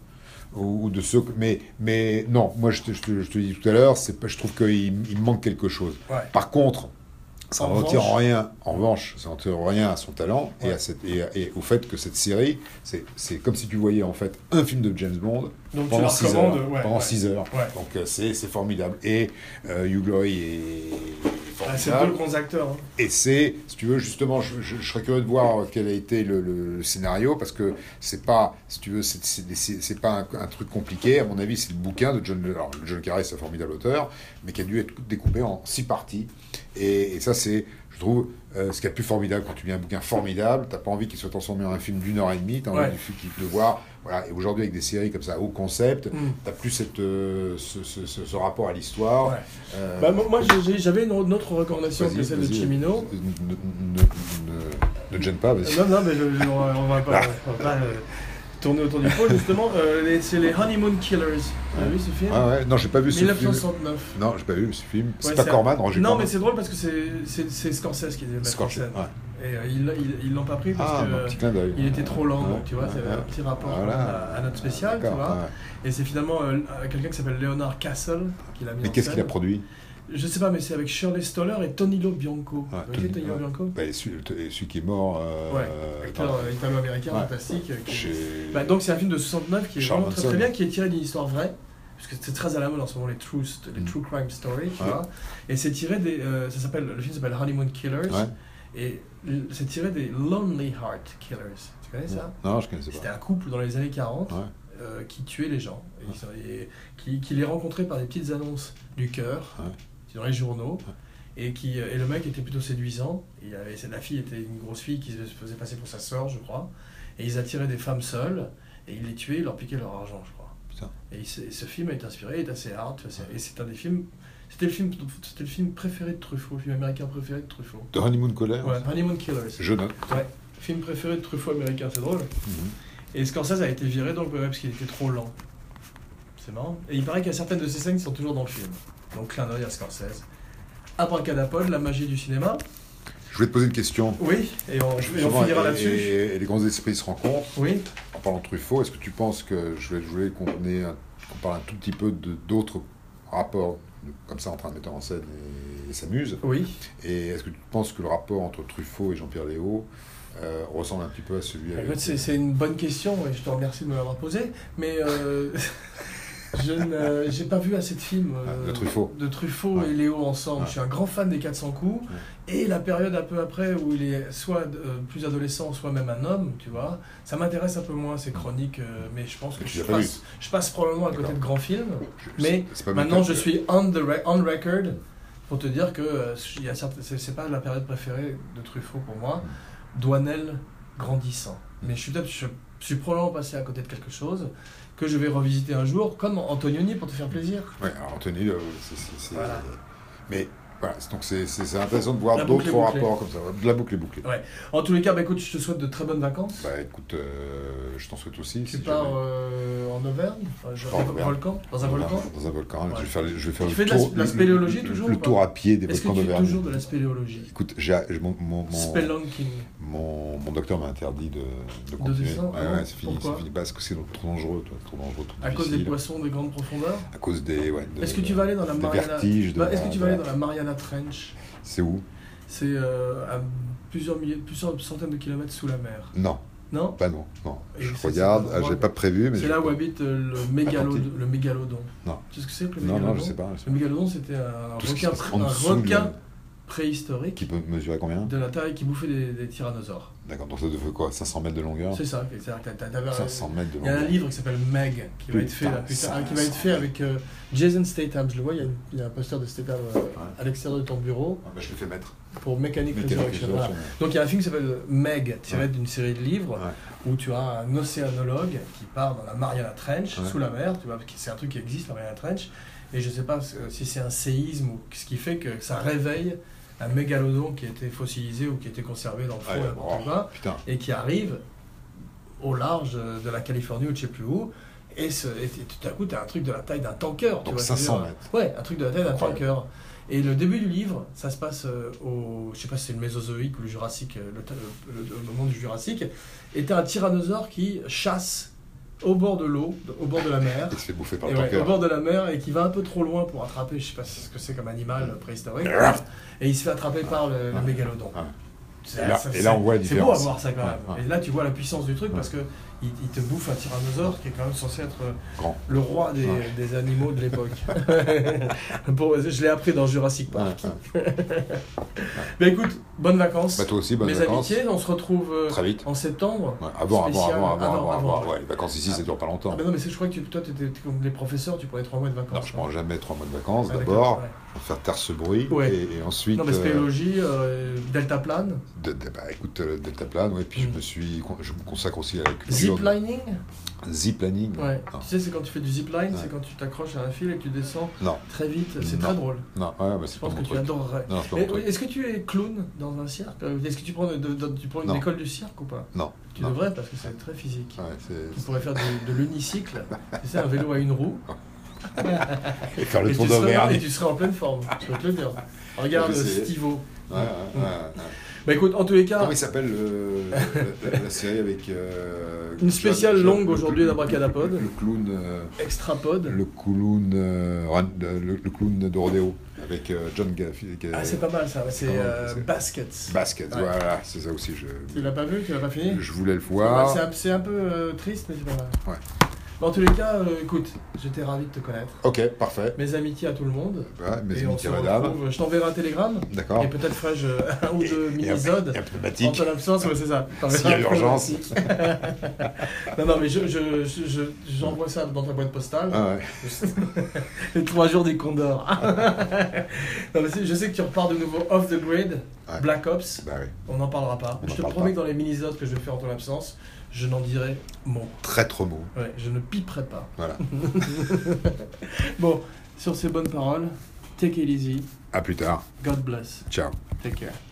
Ou ou de ceux. que- Mais, mais non, moi, je te, je te- je te dis tout à l'heure, c'est pas- je trouve qu'il il manque quelque chose. Ouais. Par contre, ça En ne retire revanche- rien, en revanche, ça ne retire rien à son talent et, à cette- et à- et au fait que cette série, c'est c'est comme si tu voyais en fait un film de James Bond Donc tu la pendant 6 recommandes heures. ouais, pendant ouais. six heures. Ouais. Donc euh, c'est c'est formidable. Et euh, Hugh Laurie est Ah, c'est deux formidable. grands acteurs. hein. Et c'est, si tu veux, justement, je, je- je serais curieux de voir quel a été le, le- le scénario, parce que c'est pas, si tu veux, c'est- c'est c'est- c'est pas un, un truc compliqué. À mon avis, c'est le bouquin de John, alors, John Carré, c'est un formidable auteur, mais qui a dû être découpé en six parties. Et, et ça, c'est, je trouve, euh, ce qu'il y a de plus formidable quand tu lis un bouquin formidable. T'as pas envie qu'il soit transformé en un film d'une heure et demie, t'as Ouais. envie qu'il- qu'il- de voir. Voilà. Et aujourd'hui, avec des séries comme ça, haut concept, Mm. t'as plus cette, euh, ce, ce- ce- ce rapport à l'histoire. Ouais. Euh, Bah, moi, moi, j'ai- j'avais une, une autre recommandation Vas-y, que celle de vas-y. Chimino. Ne, ne- ne- ne- ne gêne pas, vas-y. Non, non, mais je- je- on va Ah. pas, on va pas, euh, tourner autour du pot, justement. Euh, les- c'est les Honeymoon Killers. Tu as vu ce film Ah ouais, non, j'ai pas vu ce film. 1969. Non, j'ai pas vu ce film. C'est Ouais, pas c'est- Corman, Roger Non, Corman. mais c'est drôle parce que c'est- c'est c'est Scorsese qui est le Scorsese, scène. ouais. Et euh, ils il, l'ont pas pris parce Ah, que mon euh, petit clin d'œil. il était trop lent, Ouais, donc, tu vois, ouais, c'est ouais. un petit rapport Voilà. à, à notre spécial, tu D'accord, vois. Et ouais. c'est finalement euh, euh, quelqu'un qui s'appelle Leonard Castle qui l'a mis Mais en qu'est-ce qu'il a scène. produit Je sais pas, mais c'est avec Shirley Stoller et Tonino Bianco. Ouais, Vous voyez Tony- Tonino Ah, ouais. Bianco bah, celui, celui qui est mort. Euh, Ouais, acteur dans- euh, italo-américain Ouais. fantastique. euh, qui- chez... Bah, donc c'est un film de 69 qui est Charles vraiment très, très Manson. bien, qui est tiré d'une histoire vraie, parce que c'est très à la mode en ce moment les true, st- les Mm. true crime stories, tu Ouais. vois. Et c'est tiré des, euh, ça s'appelle, le film s'appelle Honeymoon Killers, Ouais. et l- c'est tiré des Lonely Heart Killers. Tu connais ça Non, je connaissais C'était pas. un couple dans les années 40 Ouais. euh, qui tuait les gens, et ils sont- et qui, qui les rencontrait par des petites annonces du cœur Ouais. dans les journaux. Et, qui, euh, et le mec était plutôt séduisant. Il avait, la fille était une grosse fille qui se faisait passer pour sa sœur, je crois. Et ils attiraient des femmes seules. Et ils les tuaient, ils leur piquaient leur argent, je crois. Putain. Et, il s'est- ce film est inspiré, est assez hard. tu vois, c'est- Et c'est un des films. C'était le film, c'était le film préféré de Truffaut, le film américain préféré de Truffaut. De Honeymoon Colère Ouais, Honeymoon Killers. Je note. Film préféré de Truffaut américain, c'est drôle. Mhm. Et Scorsese a été viré donc ouais, parce qu'il était trop lent. C'est marrant. Et il paraît qu'il y a certaines de ces scènes qui sont toujours dans le film. Donc clin d'œil à Scorsese. Abracadapod, la magie du cinéma. Je vais te poser une question. Oui, et on, et on Souvent, finira et- là-dessus. Et, et les grands esprits se rencontrent. Oui. En parlant de Truffaut, est-ce que tu penses que je vais jouer qu'on ait un- qu'on parle un tout petit peu de d'autres rapports de- comme ça entre un metteur en scène et, et s'amuse Oui. Et est-ce que tu penses que le rapport entre Truffaut et Jean-Pierre Léaud euh, ressemble un petit peu à celui avec... Écoute, c'est c'est une bonne question et je te remercie de me l'avoir posée. Mais euh, je n'ai j'ai pas vu assez de films euh, Ah, de Truffaut. de Truffaut Ouais. et Léo ensemble. Ouais. Je suis un grand fan des 400 coups. Et la période un peu après où il est soit euh, plus adolescent, soit même un homme, tu vois, ça m'intéresse un peu moins ces chroniques. euh, mais je pense que Tu je l'as pas passe, je passe probablement à côté D'accord. de grands films. Je- Mais c'est pas Maintenant, mon je cas. suis on, the re- on record pour te dire que euh, il y a certains- c'est c'est pas la période préférée de Truffaut pour moi. Douanel grandissant. Mais je suis, peut-être- je, je suis probablement passé à côté de quelque chose que je vais revisiter un jour, comme Antonioni pour te faire plaisir. Ouais, alors Anthony, euh, c'est- c'est- c'est- Voilà. Mais Voilà, donc c'est c'est- c'est intéressant de voir La boucle d'autres est bouclée. rapports comme ça. De la boucle est bouclée. En tous les cas, bah, écoute, je te souhaite de très bonnes vacances. Bah écoute, euh, je t'en souhaite aussi. tu si pars jamais. euh, en Auvergne Enfin, je- Je pars en Auvergne. volcan Dans un Voilà, volcan Dans un volcan. Ouais. Je vais faire, les- je vais faire Tu le fais de la- tour. de la le- spéléologie le- toujours Le ou pas tour à pied des Est-ce que volcans tu fais d'Auvergne. toujours de la spéléologie Écoute, j'ai- je- mon, mon, mon, Spelunking. mon- mon docteur m'a interdit de, de continuer. descendre, Ouais, ah ouais, bon c'est fini, Pourquoi c'est fini. Parce que c'est trop dangereux, toi, trop dangereux, trop À cause des difficile. poissons de grande profondeur À cause des. ouais, de- Est-ce que tu vas aller dans la des Mariana vertiges, de Bah, Est-ce la- que tu vas aller dans la Mariana Trench C'est où C'est euh, à plusieurs, milliers, plusieurs centaines de kilomètres sous la mer. Non, Non pas non, non. Et je c'est- regarde, c'est ah, pas- j'ai pas prévu, mais. C'est je- là où habite euh, le, mégalo- Atlantique. le mégalodon. Non. Tu sais ce que c'est que le Non, mégalodon non, je sais pas. je sais Le mégalodon, c'était un pas. Tout ce qui requin, se passe en un dessous de- requin préhistorique Qui peut mesurer combien de la taille qui bouffait des, des tyrannosaures. D'accord, donc ça te fait quoi 500 mètres de longueur C'est ça. C'est-à-dire que t'as- t'avais un- 500 mètres de Il y a un longueur. livre qui s'appelle Meg qui va Putain, être fait là, putain, ça, hein, qui va être ça. fait avec euh, Jason Statham. Je le vois, il y a, il y a un poster de Statham euh, à l'extérieur de ton bureau Ah, bah, je l'ai fait mettre. pour Mechanic Mettez la Resurrection. question voilà. sur- Donc il y a un film qui s'appelle Meg, tiré d'une série de livres où tu as un océanologue qui part dans la Mariana Trench, Ouais. sous la mer, tu vois, parce que c'est un truc qui existe, la Mariana Trench, et je sais pas ce- si c'est un séisme ou ce qui fait que ça réveille un mégalodon qui était fossilisé ou qui était conservé dans le fond, Ah, ouais, n'importe oh, quoi, Putain. et qui arrive au large de la Californie ou je sais plus où. Et, ce- et tout à coup, tu as un truc de la taille d'un tanker. tu Donc vois, 500 c'est-à-dire- mètres. Ouais, un truc de la taille d'un Incroyable. tanker. Et le début du livre, ça se passe euh, au. Je sais pas si c'est le Mésozoïque ou le Jurassique, euh, le, ta- le- le- le moment du Jurassique. Et t'as un tyrannosaure qui chasse au bord de l'eau, au bord de la mer. Il se fait bouffer par Et le ouais, au tanker. bord de la mer et qui va un peu trop loin pour attraper, je sais pas ce que c'est comme Mm. animal préhistorique, et il se fait attraper par le, le Ouais. mégalodon. Ouais. C'est- Ah. Et là- ça- et là, on c'est- voit la C'est beau à différence. voir ça quand même. Ouais, ouais. Et là, tu vois la puissance du truc parce que il, il te bouffe un tyrannosaure qui est quand même censé être euh, Grand. le roi des, Ouais. des animaux de l'époque. Bon, je l'ai appris dans Jurassic Park. Ouais, ouais. Mais écoute, bonnes vacances. Bah, toi aussi, bonnes Mes vacances. amitiés, on se retrouve euh, Très vite. en septembre. Ouais, avant, avant, Spécial. avant, Ah non, avant, avant, avant. avant. Ouais, les vacances ici, ça dure pas Ah longtemps. bah non, mais c'est- je crois que tu- toi, tu étais comme les professeurs, tu prenais trois mois de vacances. hein. Non, je prends jamais trois mois de vacances Ah, d'accord, d'abord, ouais. pour faire taire ce bruit, Ouais. et, et ensuite, Non, mais euh, spéléologie, euh, delta plane, de- de- bah, écoute, euh, Delta Plane, ouais, puis je Mm. me suis, con- je me consacre aussi à la culture. ziplining. Ziplaning Ouais. Non. Tu sais, c'est quand tu fais du zipline, c'est Ah. Ouais. quand tu t'accroches à un fil et que tu descends Non. très vite. C'est Non. très drôle. Non, ouais, mais Je c'est pas pense mon que tu truc. adorerais. Non, c'est pas Mais mon truc. Est-ce que tu es clown dans un cirque Euh, Est-ce que tu prends, de- de- tu prends une Non. école du cirque ou pas Non. Tu non. devrais parce que c'est très physique. Ouais, c'est- Tu pourrais faire de, de l'unicycle, tu sais, un vélo à une roue, Et faire et Ah, le tu, tour serais, et d'Auvergne. tu serais en pleine forme. Je peux te le dire. Regarde Je vais essayer. Ah Stivo. Ouais, ouais, ouais, ouais. Bah écoute, en tous les cas, Comment il s'appelle euh, la, la- la série avec. euh, Une spéciale John- John- longue le- aujourd'hui le- d'Abracadapod. Le le clown. euh, extrapod. le clown. euh, Ran- euh, le, le clown de Rodeo. Avec euh, John Garfield. Ah, c'est pas mal ça, c'est Comment euh, c'est- Baskets. Basket, Ouais. voilà, c'est ça aussi. Je, Tu l'as pas vu, tu l'as pas fini je voulais le voir. C'est un- C'est un, peu euh, triste, mais c'est pas mal. Ouais. Bon, en tous les cas, euh, écoute, j'étais ravi de te connaître. Ok, parfait. Mes amitiés à tout le monde. Voilà, mes Et on amitiés, se madame. retrouve. Je t'enverrai un télégramme. D'accord. Et peut-être ferai-je euh, un ou Ah. Et- deux et un- mini-épisodes. et un En pneumatique. ton absence, ouais, c'est ça. T'enverras S'il y a un urgence. pneumatique. non, non, mais je, je, je- je- j'envoie ça dans ta boîte postale. Ah ouais. Les trois jours des Condors. non, mais c'est- je sais que tu repars de nouveau off the grid, Ouais. Black Ops. Bah oui. On n'en parlera pas. On je en te parle promets pas. que dans les mini-zodes que je vais faire en ton absence, je n'en dirai mot. Très trop mot. Ouais, je ne piperai pas. Voilà. Bon, sur ces bonnes paroles, take it easy. À plus tard. God bless. Ciao. Take care.